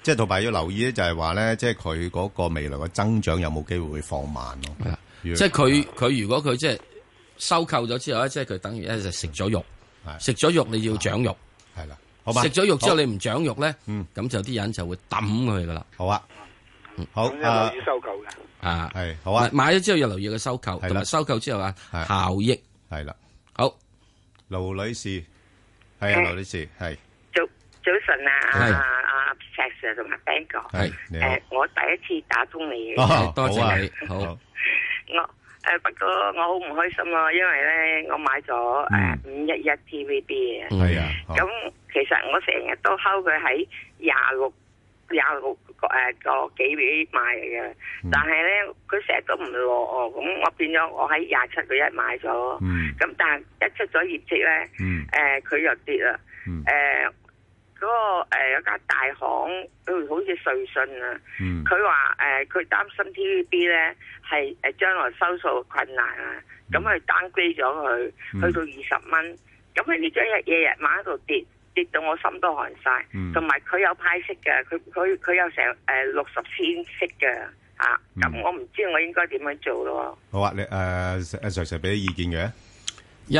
Speaker 3: 即係同埋要留意咧，就係話咧，即係佢嗰個未來嘅增長有冇機會會放慢咯？啊
Speaker 4: 係啦
Speaker 3: 要
Speaker 4: 嗯即係佢佢如果佢即係收購咗之後咧，即係佢等於咧就食咗肉
Speaker 3: 係，
Speaker 4: 食咗肉你要長肉。
Speaker 3: 係啦，好嘛，
Speaker 4: 食咗肉之後
Speaker 3: 好
Speaker 4: 你唔長肉咧，
Speaker 3: 嗯
Speaker 4: 咁就啲人就會抌佢噶啦。
Speaker 3: 好啊，
Speaker 4: 嗯
Speaker 3: 好
Speaker 8: 咁
Speaker 3: 啊
Speaker 8: 一路要收購嘅。
Speaker 4: 啊，
Speaker 3: 係好啊
Speaker 4: 買買咗之後又留意佢收購，
Speaker 3: 係啦
Speaker 4: 同埋收購之後啊
Speaker 3: 係
Speaker 4: 效益。
Speaker 3: 係啦，
Speaker 4: 好，
Speaker 3: 盧女士係啊，
Speaker 5: 嗯
Speaker 3: 盧女士係
Speaker 5: 早早晨啊，
Speaker 4: 係
Speaker 5: 啊啊石 Sir 同埋 Ben 哥，
Speaker 3: 係你好
Speaker 5: 誒，我第一次打通你嘅，
Speaker 3: 哦
Speaker 4: 多
Speaker 3: 好啊
Speaker 4: 謝你。好，
Speaker 5: 我誒不過我好唔開心啊咯，因為咧我買咗
Speaker 3: 嗯
Speaker 5: 誒五一一 TVB 嘅，
Speaker 4: 嗯
Speaker 3: 係啊，好
Speaker 5: 咁其實我成日都睺佢喺廿六廿六個誒個幾俾買嘅
Speaker 3: 嗯，
Speaker 5: 但係咧佢成日都唔落我，咁我變咗我喺廿七個一買咗，
Speaker 3: 嗯
Speaker 5: 咁但係一出咗業績咧。
Speaker 3: 嗯
Speaker 5: 誒佢又跌啦。
Speaker 3: 嗯
Speaker 5: 誒嗰、個、誒有間大行，佢好似瑞信啊，
Speaker 3: 嗯
Speaker 5: 佢話誒佢擔心 TVB 咧係誒將來收數困難啊，
Speaker 4: 嗯
Speaker 5: 咁佢 downgrade 咗佢，
Speaker 3: 嗯
Speaker 5: 去到二十蚊，咁佢呢張日日日晚喺度跌。跌到我心都寒晒
Speaker 3: 嗯，
Speaker 5: 同埋佢有派息嘅，佢佢佢有成誒六十千息嘅嚇，咁、
Speaker 3: 嗯
Speaker 5: 我唔知我應該點樣做咯。
Speaker 3: 好啊，你誒阿 Sir Sir 俾啲意見嘅，
Speaker 4: 一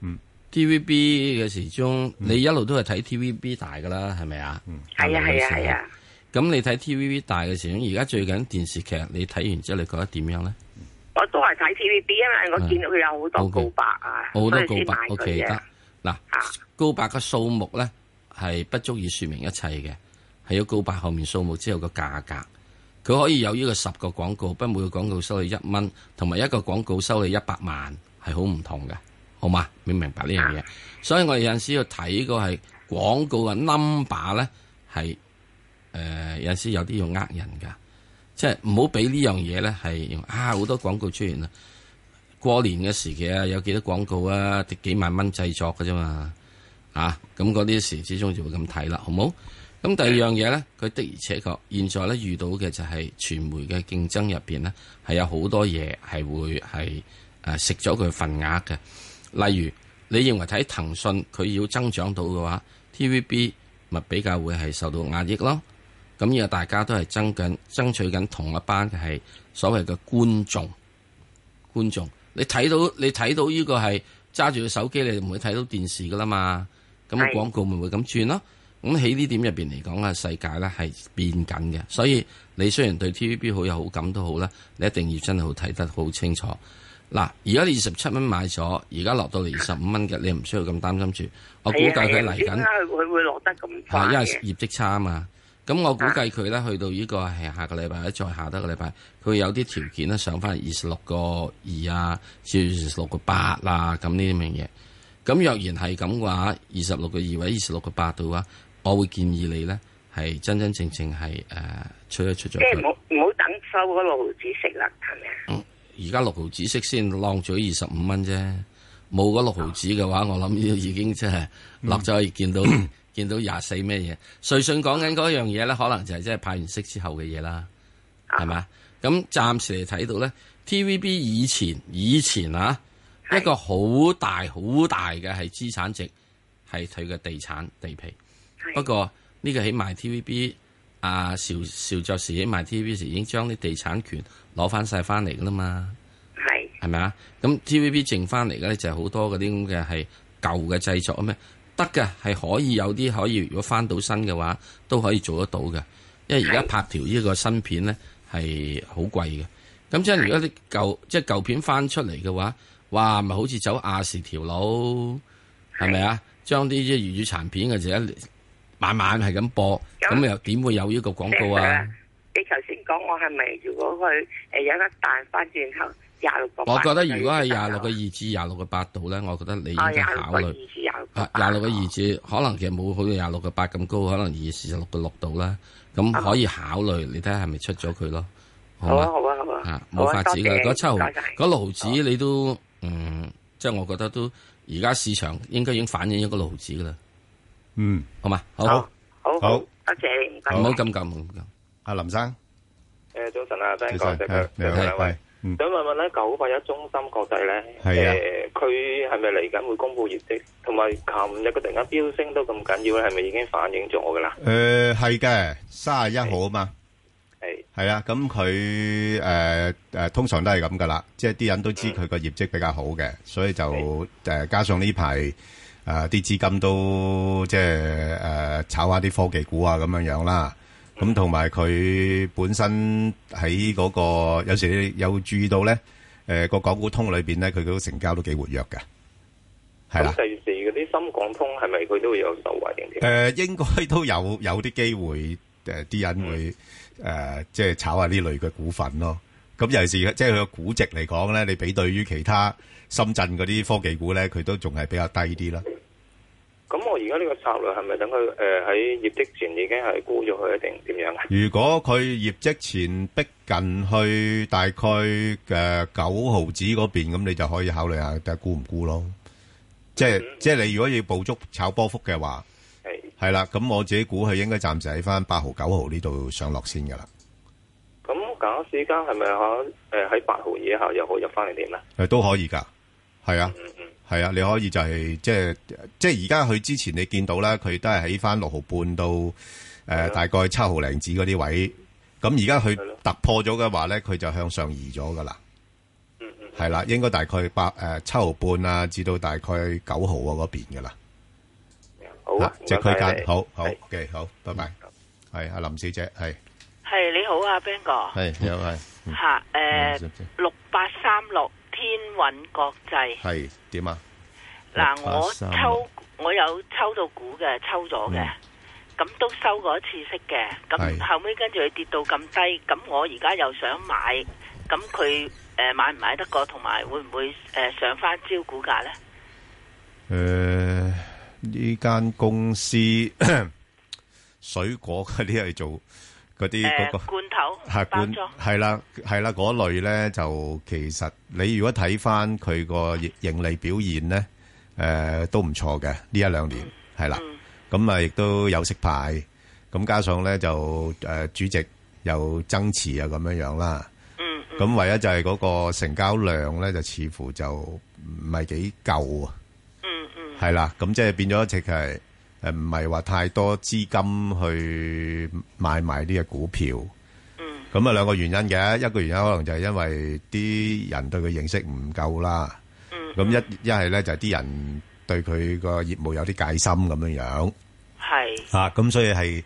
Speaker 3: 嗯
Speaker 4: TVB 嘅時鐘，你一路都係睇 TVB 大噶啦，係咪啊？
Speaker 3: 嗯
Speaker 5: 係啊
Speaker 4: 係咪
Speaker 5: 係啊係啊，
Speaker 4: 咁你睇 TVB 大嘅時鐘，而家最近電視劇你睇完之後，你覺得點樣咧？
Speaker 5: 我都係睇 TVB，因為我見到佢有好多
Speaker 4: OK
Speaker 5: 告白啊，
Speaker 4: 好多
Speaker 5: 所以
Speaker 4: 告
Speaker 5: 先
Speaker 4: 白
Speaker 5: 買佢
Speaker 4: ，OK
Speaker 5: 嘅啊
Speaker 4: 得嗱，告白嘅數目咧係不足以說明一切嘅，係要告白後面數目之後個價格。佢可以有呢個十個廣告，不過每個廣告收你一蚊，同埋一個廣告收你一百萬，係好唔同嘅，好嘛？你明白呢樣
Speaker 5: 啊
Speaker 4: 嘢？所以我哋有陣時要睇個係廣告嘅 number 咧，係誒、呃有陣時有啲要呃人㗎，即係唔好俾呢樣嘢咧係用啊好多廣告出現啦。過年嘅時期啊，有幾多廣告啊？幾萬蚊製作嘅啫嘛，啊咁嗰啲時之中就會咁睇啦，好冇？咁第二樣嘢咧，佢的而且確現在咧遇到嘅就係傳媒嘅競爭入邊咧，係有好多嘢係會係誒呃食咗佢份額嘅。例如你認為睇騰訊佢要增長到嘅話，TVB 咪比較會係受到壓抑咯。咁而大家都係爭緊爭取緊同一班嘅係所謂嘅觀眾。觀眾，你睇到你睇到呢個係揸住個手機，你就唔會睇到電視噶啦嘛。咁啊
Speaker 5: 係
Speaker 4: 廣告咪會咁轉咯。咁喺呢點入邊嚟講啊，世界咧係變緊嘅，所以你雖然對 TVB 好有好感都好啦，你一定要真係好睇得好清楚。嗱，而家你二十七蚊買咗，而家落到嚟二十五蚊嘅，你唔需要咁擔心住。我估計佢嚟緊
Speaker 5: 啊點解。佢佢會落得咁快
Speaker 4: 係因為
Speaker 5: 嘅？啊
Speaker 4: 業績差啊嘛。咁我估計佢咧去到呢個係下個禮拜或者再下得個禮拜，佢有啲條件咧上翻二十六個二啊，至二十六個八啦，咁呢啲咁嘅嘢。咁若然係咁嘅話，二十六個二或者二十六個八度嘅話，我會建議你咧係真真正正係誒、呃出一出咗
Speaker 5: 即係唔好
Speaker 4: 佢。
Speaker 5: 唔好等收嗰六毫子息啦，係咪啊？
Speaker 4: 而家六毫子息先浪咗二十五蚊啫，冇嗰六毫子嘅話，我諗呢度已經真係落咗去見到見到廿四咩嘢。瑞信講緊嗰樣嘢咧，可能就係即係派完息之後嘅嘢啦，
Speaker 9: 啊
Speaker 4: 係咪？咁暫時嚟睇到咧，TVB 以前以前啊，一個好大好大嘅係資產值係佢嘅地產地皮。
Speaker 5: 係
Speaker 9: 哦
Speaker 4: 不過呢個喺賣 TVB 啊，邵邵作時喺賣 TVB 時已經將啲地產權攞翻晒翻嚟噶啦嘛，
Speaker 5: 係
Speaker 4: 係咪啊？咁 TVB 剩翻嚟嘅咧就係好多嗰啲咁嘅係舊嘅製作啊咩，得嘅係可以有啲可以，如果翻到身嘅話都可以做得到嘅，因為而家拍條呢個新片咧係好貴嘅。咁即係如果你舊即係舊片翻出嚟嘅話，哇，咪好似走亞視條路係咪啊？將啲粵語殘片嘅就一晚晚係咁播，
Speaker 5: 咁
Speaker 4: 咁又點會有呢個廣告啊？
Speaker 5: 你頭先講我係咪如果佢誒有得彈翻轉頭，
Speaker 9: 廿六個八。
Speaker 4: 我覺得如果係廿六個二至廿六個八度咧，我覺得你應
Speaker 9: 哦，
Speaker 4: 該
Speaker 9: 廿六
Speaker 4: 考
Speaker 9: 個二
Speaker 4: 慮。
Speaker 9: 至哦廿六個
Speaker 4: 啊，
Speaker 9: 八。
Speaker 4: 廿六個二至可能其實冇好到廿六個八咁高，可能二四十六個六度啦。咁可以考慮，你睇下係咪出咗佢咯，好
Speaker 9: 啊好啊，
Speaker 4: 嘛？
Speaker 9: 好啊，好啊。
Speaker 4: 啊，
Speaker 9: 好
Speaker 4: 冇
Speaker 9: 啊
Speaker 4: 法子
Speaker 9: 多
Speaker 4: 噶，
Speaker 9: 謝
Speaker 4: 嗰啊七毫
Speaker 9: 唔該晒
Speaker 4: 嗰毫子你都嗯，即係我覺得都而家市場應該已經反映咗個毫子噶啦，
Speaker 3: 嗯，
Speaker 4: 好嘛？好，
Speaker 9: 好
Speaker 4: 唔，
Speaker 9: 好，
Speaker 3: 好
Speaker 9: 好，多謝你，唔該。
Speaker 4: 好咁撳，唔好咁撳。
Speaker 3: 阿林生，
Speaker 5: 誒，早晨啊，Ben
Speaker 3: 其
Speaker 5: 哥，
Speaker 3: 實
Speaker 5: 石
Speaker 3: 係你
Speaker 5: 石兩
Speaker 3: 好，
Speaker 5: 位
Speaker 3: 係，嗯，
Speaker 5: 想問問咧，九八一中心國際咧，
Speaker 3: 係啊
Speaker 5: 誒，佢係咪嚟緊會公布業績？同埋琴日佢突然間飆升都咁緊要咧，係咪已經反映咗噶啦？
Speaker 3: 誒呃係嘅，三十一號啊嘛。
Speaker 5: 係
Speaker 3: 係啊，咁佢誒誒通常都係咁噶啦，即係啲人都知佢個業績比較好嘅，所以就誒、加上呢排誒啲資金都即係誒、炒下啲科技股啊咁樣樣啦。咁同埋佢本身喺嗰、個有時你有注意到咧，誒、個港股通裏邊咧，佢嗰個成交都幾活躍嘅，係啦
Speaker 5: 咁。第時嗰啲深港通係咪佢都會有受惠定
Speaker 3: 誒、
Speaker 5: 點？
Speaker 3: 應該都有有啲機會，誒、啲人會誒、即係炒下呢類嘅股份咯。咁尤其是即係佢個估值嚟講咧，你比對於其他深圳嗰啲科技股咧，佢都仲係比較低啲啦。
Speaker 5: 咁我而家呢個策略係咪等佢誒喺業績前已經係沽咗佢，定點樣啊？
Speaker 3: 如果佢業績前逼近去大概誒九毫子嗰邊，咁你就可以考慮下，睇下沽唔沽咯。即係即係你如果要捕捉炒波幅嘅話，
Speaker 5: 係
Speaker 3: 係啦，咁我自己估佢應該暫時喺翻八毫九毫呢度上落先㗎啦。
Speaker 5: 咁假市間係咪可誒喺八毫以下又可以入翻嚟點咧？啊
Speaker 3: 誒都可以㗎，係啊，
Speaker 5: 嗯
Speaker 3: 係啊，你可以就係、即係即係而家佢之前你見到啦，佢都係喺翻六毫半到誒、
Speaker 5: 係咯
Speaker 3: 大概七毫零子嗰啲位，咁而家佢
Speaker 5: 係咯
Speaker 3: 突破咗嘅話咧，佢就向上移咗㗎啦，
Speaker 5: 嗯嗯，
Speaker 3: 係啦，應該大概八誒七毫半啊，至到大概九毫啊嗰邊㗎啦，
Speaker 5: 好啊，
Speaker 3: 即係區
Speaker 5: 唔該晒你
Speaker 3: 間，好好
Speaker 5: 係嗯
Speaker 3: OK，好，拜拜，係阿林小姐，係
Speaker 10: 系你好啊，Ben 哥
Speaker 3: 係有係
Speaker 10: 吓，诶
Speaker 3: 嗯
Speaker 10: 六八三六天韵國際
Speaker 3: 係點啊？
Speaker 10: 嗱，
Speaker 3: 683
Speaker 10: 我抽我有抽到股嘅，抽咗嘅
Speaker 3: 嗯，
Speaker 10: 咁都收過一次息嘅，
Speaker 3: 係
Speaker 10: 咁後尾跟住佢跌到咁低，咁我而家又想買，咁佢诶買唔買得過，同埋會唔會诶上翻招股價咧？
Speaker 3: 诶，呃呢間公司 水果嗰啲係做嗰啲
Speaker 10: 诶
Speaker 3: 嗰個
Speaker 10: 罐頭
Speaker 3: 係
Speaker 10: 包
Speaker 3: 罐
Speaker 10: 裝
Speaker 3: 係啦係啦嗰類咧，就其實你如果睇翻佢個盈盈利表現咧，诶、都唔錯嘅呢一兩年
Speaker 10: 嗯
Speaker 3: 係啦，咁啊亦都有息派，咁加上咧就诶、誒主席又增持啊咁樣樣啦。
Speaker 10: 嗯嗯
Speaker 3: 咁唯一就係嗰個成交量咧，就似乎就唔係幾夠啊。
Speaker 10: 嗯嗯
Speaker 3: 係啦，咁即係變咗，即係诶，唔係話太多資金去買埋呢只股票。
Speaker 10: 嗯
Speaker 3: 咁啊，兩個原因嘅，一個原因可能就係因為啲人對佢認識唔夠啦。
Speaker 10: 嗯，
Speaker 3: 咁一一係咧就係啲人對佢個業務有啲戒心咁樣樣
Speaker 10: 係
Speaker 3: 啊，咁所以係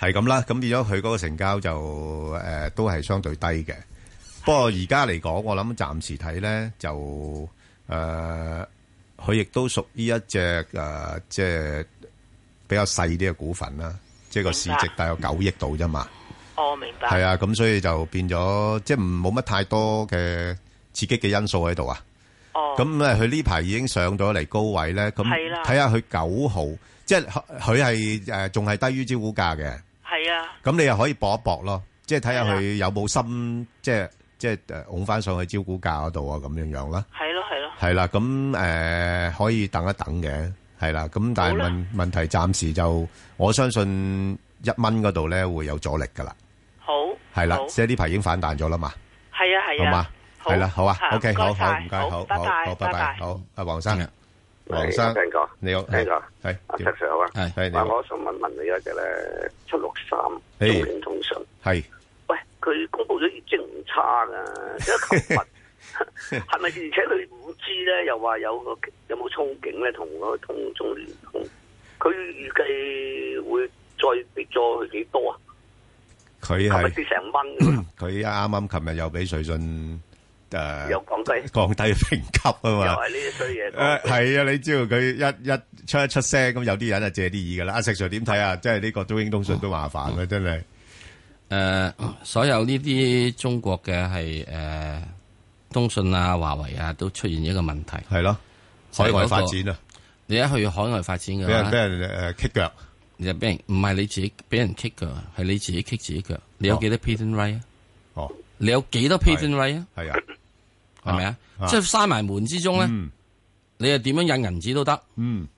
Speaker 3: 係咁啦。咁變咗佢嗰個成交就诶、呃都係相對低嘅。不過而家嚟講，我諗暫時睇咧就誒，呃佢、亦都屬於一隻誒、呃即係比較細啲嘅股份啦，即係個市值大約九億度啫嘛。
Speaker 10: 我明白，
Speaker 3: 係啊，咁所以就變咗即係唔冇乜太多嘅刺激嘅因素喺度啊。
Speaker 10: 哦，
Speaker 3: 咁咧，佢呢排已經上咗嚟高位咧，咁
Speaker 10: 係啦
Speaker 3: 睇下佢九號，即係佢佢係誒仲係低於招股價嘅。
Speaker 10: 係啊，
Speaker 3: 咁你又可以搏一搏咯，即係睇下佢有冇心，即係即係誒拱翻上去招股價嗰度啊，咁樣樣啦，
Speaker 10: 係咯係咯，
Speaker 3: 係啦，咁誒、呃可以等一等嘅，係啦，咁但係
Speaker 10: 好啦
Speaker 3: 問問題暫時就我相信一蚊嗰度咧會有阻力㗎啦，
Speaker 10: 好
Speaker 3: 係啦
Speaker 10: 好，
Speaker 3: 即係呢排已經反彈咗啦嘛，
Speaker 10: 係啊係
Speaker 3: 好嘛
Speaker 10: 啊，，好
Speaker 3: 係啦，好啊
Speaker 10: 嚇
Speaker 3: ，OK，
Speaker 10: 唔該
Speaker 3: 好好
Speaker 10: 晒
Speaker 3: 唔該，好
Speaker 10: 拜
Speaker 3: 好
Speaker 10: 拜
Speaker 3: 好，拜
Speaker 10: 拜
Speaker 3: 拜，
Speaker 10: 拜。
Speaker 3: 好，阿黃生啊
Speaker 4: 係，
Speaker 5: 嗯
Speaker 3: 黃生
Speaker 5: 聽過，
Speaker 3: 你好，
Speaker 5: 聽過，
Speaker 3: 係
Speaker 5: 阿石
Speaker 3: 點
Speaker 5: Sir 好啊。
Speaker 4: 係
Speaker 3: 係你
Speaker 5: 嗱，
Speaker 3: 好，
Speaker 5: 我想問問你一隻咧，七六三
Speaker 3: 誒
Speaker 5: 中興通訊，
Speaker 3: 係
Speaker 5: 喂，佢公布咗業績唔差噶，啊即係琴日 係咪？而且佢五 G 咧又話有個有冇憧憬咧，同嗰個通中聯通，佢預計會再跌咗去幾多啊？
Speaker 3: 佢
Speaker 5: 係咪
Speaker 3: 係。嗯
Speaker 5: 跌成蚊㗎？
Speaker 3: 佢啱啱琴日又俾瑞信诶、呃
Speaker 5: 又降低，
Speaker 3: 降低評級啊
Speaker 5: 又
Speaker 3: 嘛。
Speaker 5: 係呢啲衰嘢
Speaker 3: 诶，
Speaker 5: 講。
Speaker 3: 系啊，你知道佢一一出一出聲，咁有啲人啊借啲意噶啦。阿石 Sir 點睇啊？即係呢個中英通訊都麻煩啦，啊
Speaker 5: 嗯
Speaker 3: 真係
Speaker 4: 誒、所有呢啲中國嘅係誒通訊啊、華為啊都出現一個問題，
Speaker 3: 系咯，
Speaker 4: 就係
Speaker 3: 海
Speaker 4: 嗰
Speaker 3: 外
Speaker 4: 個
Speaker 3: 發展啊，
Speaker 4: 你一去海外發展嘅
Speaker 3: 俾人
Speaker 4: 話
Speaker 5: 啊
Speaker 3: 俾
Speaker 4: 咧，
Speaker 3: 人诶棘腳，
Speaker 4: 你就俾人唔係你自己俾人 kick 噶，係你自己 kick 自己腳。你有幾多 patent right 啊？
Speaker 3: 哦，
Speaker 4: 你有幾多 patent right 啊？
Speaker 3: 係啊，
Speaker 4: 係咪啊
Speaker 3: 啊？
Speaker 4: 即係閂埋門之中咧，
Speaker 3: 嗯
Speaker 4: 你又點樣印銀紙都得，
Speaker 3: 嗯，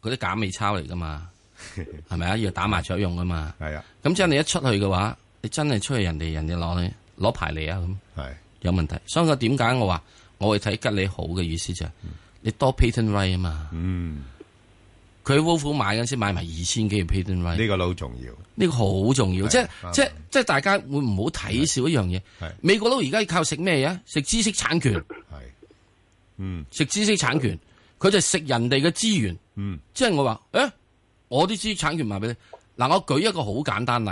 Speaker 4: 嗰啲假美鈔嚟噶 嘛，係咪啊？要打麻雀用噶嘛。
Speaker 3: 係啊，
Speaker 4: 咁即係你一出去嘅話，你真係出去人哋人哋攞你攞牌嚟啊咁。
Speaker 3: 係
Speaker 4: 有問題。所以我點解我話我會睇吉利好嘅意思就係、你多 patent right 啊嘛。
Speaker 3: 嗯，
Speaker 4: 佢 w o l f 買嗰陣時買埋二千幾嘅 patent right，
Speaker 3: 呢個好重要，
Speaker 4: 呢個好重要。即係
Speaker 3: 啱
Speaker 4: 即係即係大家會唔好睇少一樣嘢
Speaker 3: 啊係。
Speaker 4: 美國佬而家靠食咩嘢啊？食知識產權，
Speaker 3: 係，嗯
Speaker 4: 食知識產權，佢就食人哋嘅資源。
Speaker 3: 嗯，
Speaker 4: 即係我話，誒、我啲知識產權賣俾你。嗱，我舉一個好簡單例，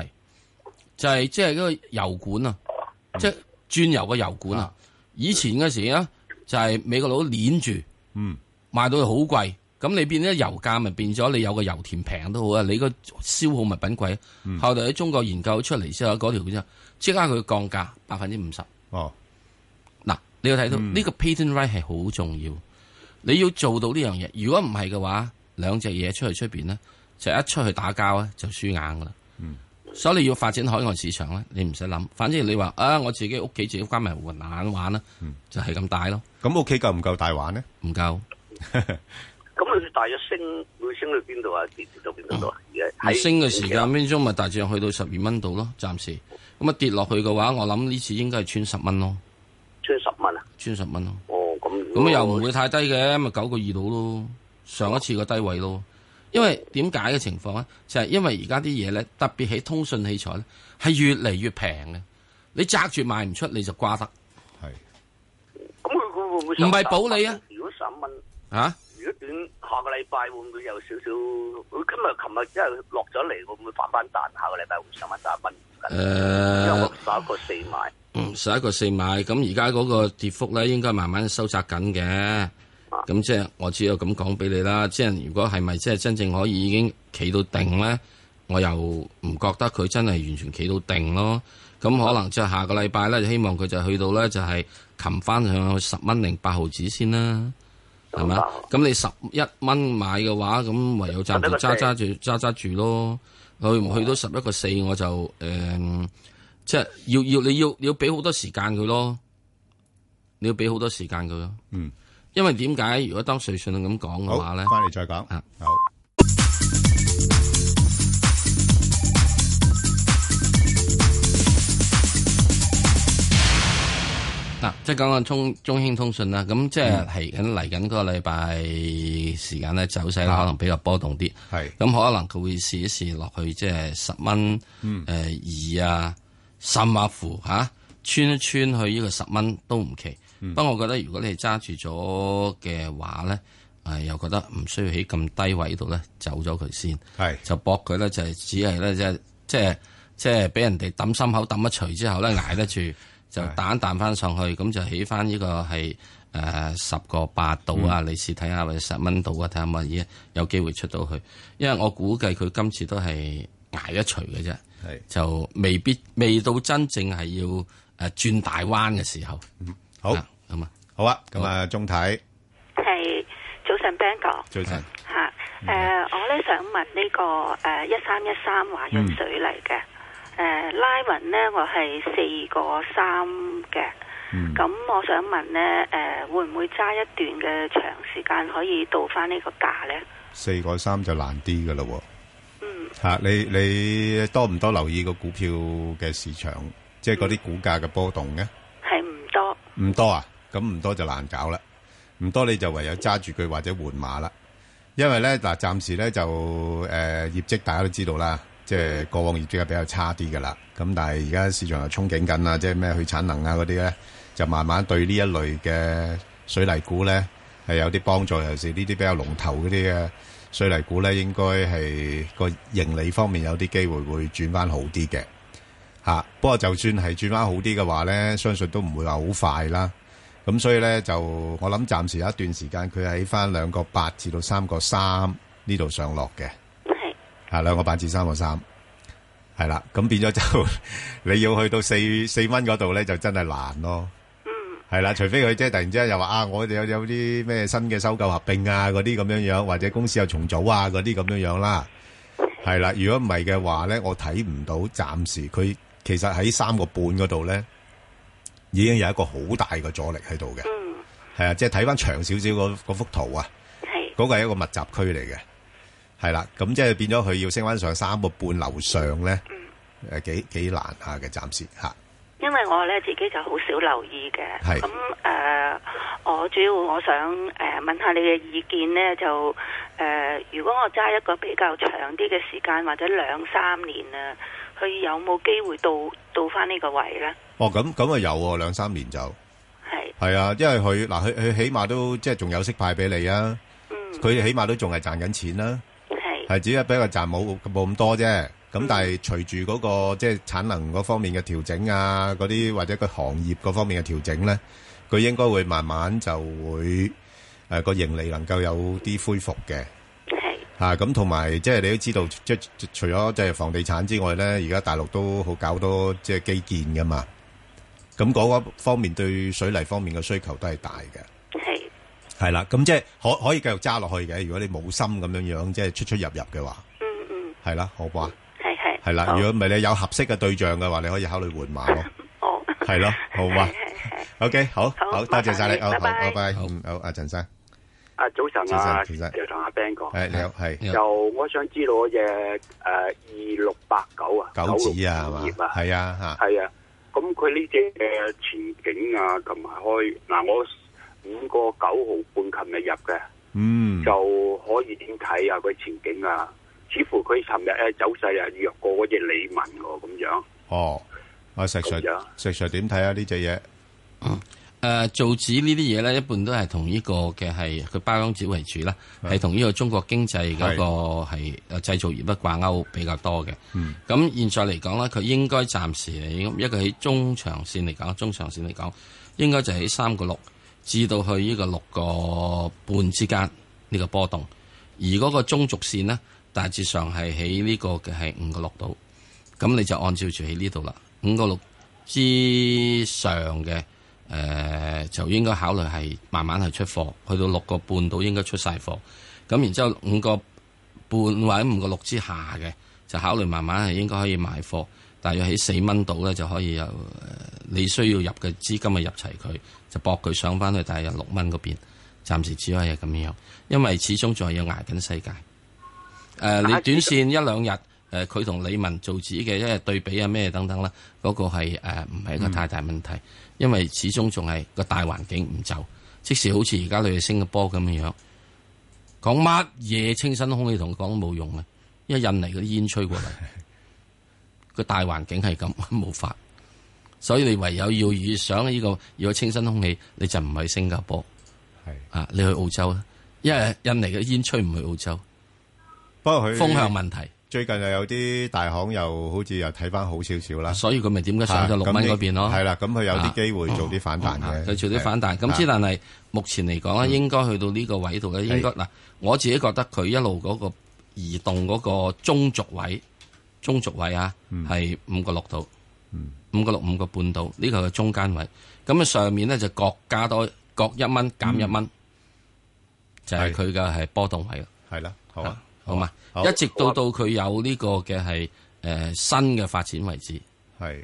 Speaker 4: 就係即係嗰個油管啊，即係轉油嘅油管啊。以前嘅時咧，就係、美國佬攣住。
Speaker 3: 嗯，
Speaker 4: 賣到佢好貴，咁你變咗油價咪變咗你有個油田平都好啊，你個消耗物品貴。啊後來喺中國研究出嚟之後，嗰條之後即刻佢降價百分之五十。
Speaker 3: 哦，
Speaker 4: 嗱，你要睇到
Speaker 3: 嗯
Speaker 4: 呢個 patent right 係好重要，你要做到呢樣嘢。如果唔係嘅話，兩隻嘢出去出邊呢，就一出去打交咧就輸硬噶啦。所以你要發展海外市場咧，你唔使諗，反正你話啊，我自己屋企自己關埋門眼玩啦，就係咁大咯，
Speaker 3: 咁屋企夠唔夠大玩咧？
Speaker 4: 唔夠。
Speaker 11: 咁佢大約升，會升到邊度啊？跌跌到邊度啊？而家喺
Speaker 4: 嗯升嘅時間邊鐘咪大致上去到十二蚊度咯，暫時。咁啊跌落去嘅話，我諗呢次應該係穿十蚊咯，
Speaker 11: 穿十蚊啊！
Speaker 4: 穿十蚊咯。
Speaker 11: 哦，咁如
Speaker 4: 咁啊
Speaker 11: 果
Speaker 4: 又唔會太低嘅，咪九個二度咯，上一次個低位咯。因為點解嘅情況咧，就係、因為而家啲嘢咧，特別喺通訊器材咧，係越嚟越平嘅。你揸住賣唔出，你就瓜得
Speaker 3: 係，
Speaker 11: 咁佢會唔會
Speaker 4: 唔係保你啊？
Speaker 11: 如果十蚊，
Speaker 4: 啊！
Speaker 11: 如果短下個禮拜會唔會有少少？佢今日、琴日真係落咗嚟，會唔會反翻彈？下個禮拜會上翻三蚊附
Speaker 4: 誒、
Speaker 11: 近？因為我十一個四買，
Speaker 4: 嗯十一個四買，咁而家嗰個跌幅咧，應該慢慢收窄緊嘅。咁即係我只有咁講俾你啦。即係如果係咪即係真正可以已經企到定咧，我又唔覺得佢真係完全企到定咯。咁可能就下個禮拜咧，就希望佢就去到咧就係擒翻上去十蚊零八毫子先啦，係咪啊？咁你十一蚊買嘅話，咁唯有暫時揸揸住揸揸住咯。去唔去到十一個四，我就誒。嗯即係要要你要你要俾好多時間佢咯，你要俾好多時間佢咯。
Speaker 3: 嗯，
Speaker 4: 因為點解？如果當瑞信咁講嘅
Speaker 3: 好，
Speaker 4: 話咧，
Speaker 3: 翻嚟再講
Speaker 4: 啊，
Speaker 3: 好。
Speaker 4: 嗱，即係講緊中中興通訊啦，咁即
Speaker 3: 嗯
Speaker 4: 係係緊嚟緊嗰個禮拜時間咧走勢
Speaker 3: 啊
Speaker 4: 咧可能比較波動啲，
Speaker 3: 係
Speaker 4: 咁可能佢會試一試落去即係十蚊，誒二啊，甚或乎嚇、穿一穿去呢個十蚊都唔奇。不過我覺得如果你係揸住咗嘅話咧，誒、又覺得唔需要喺咁低位度咧走咗佢先。
Speaker 3: 係
Speaker 4: 就搏佢咧，就係只係咧，即係即係即係俾人哋抌心口抌一錘之後咧，捱得住就彈一彈翻上去，咁就起翻呢個係誒十個八度啊，你試睇下或者十蚊度啊，睇下乜嘢有機會出到去，因為我估計佢今次都係捱一錘嘅啫，
Speaker 3: 係
Speaker 4: 就未必未到真正係要誒呃轉大彎嘅時候。
Speaker 3: 好
Speaker 4: 啊咁啊，
Speaker 3: 好啊，咁啊，鐘太
Speaker 10: 係早晨 Ben 哥
Speaker 3: 早晨，
Speaker 10: 嚇，誒、我咧想問呢、個誒一三一三華潤水泥嘅誒拉雲咧，我係四個三嘅。咁我想問咧，誒、會唔會揸一段嘅長時間可以到翻呢個價咧？
Speaker 3: 四個三就難啲噶咯。嗯，吓你你多唔多留意個股票嘅市場，即係嗰啲股價嘅波動嘅？
Speaker 10: 係唔多，
Speaker 3: 唔多啊，咁唔多就難搞啦。唔多你就唯有揸住佢或者換馬啦。因為咧嗱，暫時咧就誒、呃、業績大家都知道啦，即係過往業績係比較差啲嘅啦。咁但係而家市場又憧憬緊啊，即係咩去產能啊嗰啲咧，就慢慢對呢一類嘅水泥股咧係有啲幫助。尤其是呢啲比較龍頭嗰啲嘅水泥股咧，應該係個盈利方面有啲機會會轉翻好啲嘅。吓、不過就算係轉翻好啲嘅話咧，相信都唔會話好快啦。咁所以咧就我諗暫時有一段時間佢喺翻兩個八至到三個三呢度上落嘅，
Speaker 10: 係
Speaker 3: 啊兩個八至三個三，係 啦。咁變咗就你要去到四四蚊嗰度咧，就真係難咯。
Speaker 10: 嗯
Speaker 3: 系啦，除非佢即係突然之間又話啊，我哋有有啲咩新嘅收購合併啊，嗰啲咁樣樣，或者公司有重組啊，嗰啲咁樣樣啦。係啦，如果唔係嘅話咧，我睇唔到暫時佢其實喺三個半嗰度咧，已經有一個好大嘅阻力喺度嘅。係啊，即係睇翻長少少嗰嗰幅圖啊，嗰個係一個密集區嚟嘅。係啦，咁即係變咗佢要升翻上三個半樓上咧，誒幾幾難下嘅，暫時嚇。
Speaker 10: 因為我咧自己就好少留意嘅，
Speaker 3: 係
Speaker 10: 咁誒、呃我主要我想誒、呃、問下你嘅意見咧，就誒、呃如果我揸一個比較長啲嘅時間，或者兩三年啊，佢有冇機會到到翻呢個位咧？
Speaker 3: 哦，咁咁啊有喎，兩三年就。
Speaker 10: 係
Speaker 3: 系啊，因為佢嗱，佢佢起碼都即係仲有息派俾你啊，佢、起碼都仲係賺緊錢啦、
Speaker 10: 嗯係
Speaker 3: 係只係比佢賺冇冇咁多啫。咁但係隨住嗰、個即係產能嗰方面嘅調整啊，嗰啲或者個行業嗰方面嘅調整咧，佢應該會慢慢就會誒個、盈利能夠有啲恢復嘅。啊，咁同埋即係你都知道，即係除咗即係房地產之外咧，而家大陸都好搞多即係基建噶嘛。咁嗰個方面對水泥方面嘅需求都係大嘅。係啦，咁即係可可以繼續揸落去嘅。如果你冇心咁樣樣，即係出出入入嘅話，嗯嗯，係啦，好啩，
Speaker 10: 係係
Speaker 3: 係啦。如果唔係你有合適嘅對象嘅話，你可以考慮換馬咯。
Speaker 10: 哦，
Speaker 3: 係咯，好啊 嘛？OK，好，好，多謝晒你，好
Speaker 12: 麻煩
Speaker 3: 好，拜
Speaker 12: 你
Speaker 3: 拜，嗯好，阿陳生，
Speaker 12: 啊，早晨啊，
Speaker 3: 早晨早晨
Speaker 12: 就同阿 Ben 哥，
Speaker 3: 係你好，係
Speaker 12: 就我想知道嗰只誒二六八九啊，
Speaker 3: 九指啊，係嘛
Speaker 12: 九六業？啊，
Speaker 3: 係啊，嚇。
Speaker 12: 係啊，咁佢呢只誒前景啊，同埋開嗱，我五個九毫半琴日入嘅，
Speaker 3: 嗯，
Speaker 12: 就可以點睇啊？佢前景啊，似乎佢尋日咧走勢啊，弱過嗰只李文喎咁樣，
Speaker 3: 哦，阿石 Sir，石 Sir 點睇啊？呢隻嘢？
Speaker 4: 誒、呃造紙呢啲嘢咧，一般都係同呢個嘅係佢包裝紙為主啦，
Speaker 8: 係
Speaker 4: 係同呢個中國經濟嗰
Speaker 8: 係
Speaker 4: 個係誒製造業咧掛鈎比較多嘅。
Speaker 8: 嗯
Speaker 4: 咁現在嚟講咧，佢應該暫時嚟一個喺中長線嚟講，中長線嚟講應該就喺三個六至到去呢個六個半之間呢個波動，而嗰個中軸線呢，大致上係喺呢個嘅係五個六度，咁你就按照住喺呢度啦，五個六之上嘅。誒、呃就應該考慮係慢慢係出貨，去到六個半到應該出晒貨，咁然之後五個半或者五個六之下嘅，就考慮慢慢係應該可以買貨，大約喺四蚊度咧就可以有誒、你需要入嘅資金啊入齊佢，就搏佢上翻去大約六蚊嗰邊，暫時只可以係咁樣，因為始終仲係要捱緊世界。誒、呃你短線一兩日誒，佢同李文造紙嘅一日對比啊咩等等啦，嗰、個係誒唔係一個太大問題，因為始終仲係個大環境唔就，即使好似而家你去新加坡咁樣樣。講乜嘢清新空氣同佢講都冇用啊！因為印尼嗰啲煙吹 過嚟，個大環境係咁，冇法。所以你唯有要遇想呢、個要有清新空氣，你就唔去新加坡，
Speaker 3: 係
Speaker 4: 啊，你去澳洲啦。因為印尼嘅煙吹唔去澳洲，
Speaker 3: 不過佢
Speaker 4: 風向問題。
Speaker 3: 最近又有啲大行又好似又睇翻好少少啦，
Speaker 4: 所以佢咪點解上咗六蚊嗰邊咯？
Speaker 3: 係啊啦，咁佢有
Speaker 4: 啊
Speaker 3: 啲機會做啲反彈嘅，
Speaker 4: 佢做啲反彈。
Speaker 3: 係
Speaker 4: 咁之但係啊嗯目前嚟講咧，應該去到呢個位度咧，應該嗱，我自己覺得佢一路嗰個移動嗰個中軸位，中軸位啊，係五個六度，五個六五個半度，呢個係中間位。咁啊上面咧就各加多各一蚊減一蚊，就嗯係佢嘅係波動位啦。
Speaker 3: 係啦，好啊，
Speaker 4: 好嘛，
Speaker 3: 好
Speaker 4: 一直到到佢有呢個嘅係誒新嘅發展為止。
Speaker 3: 係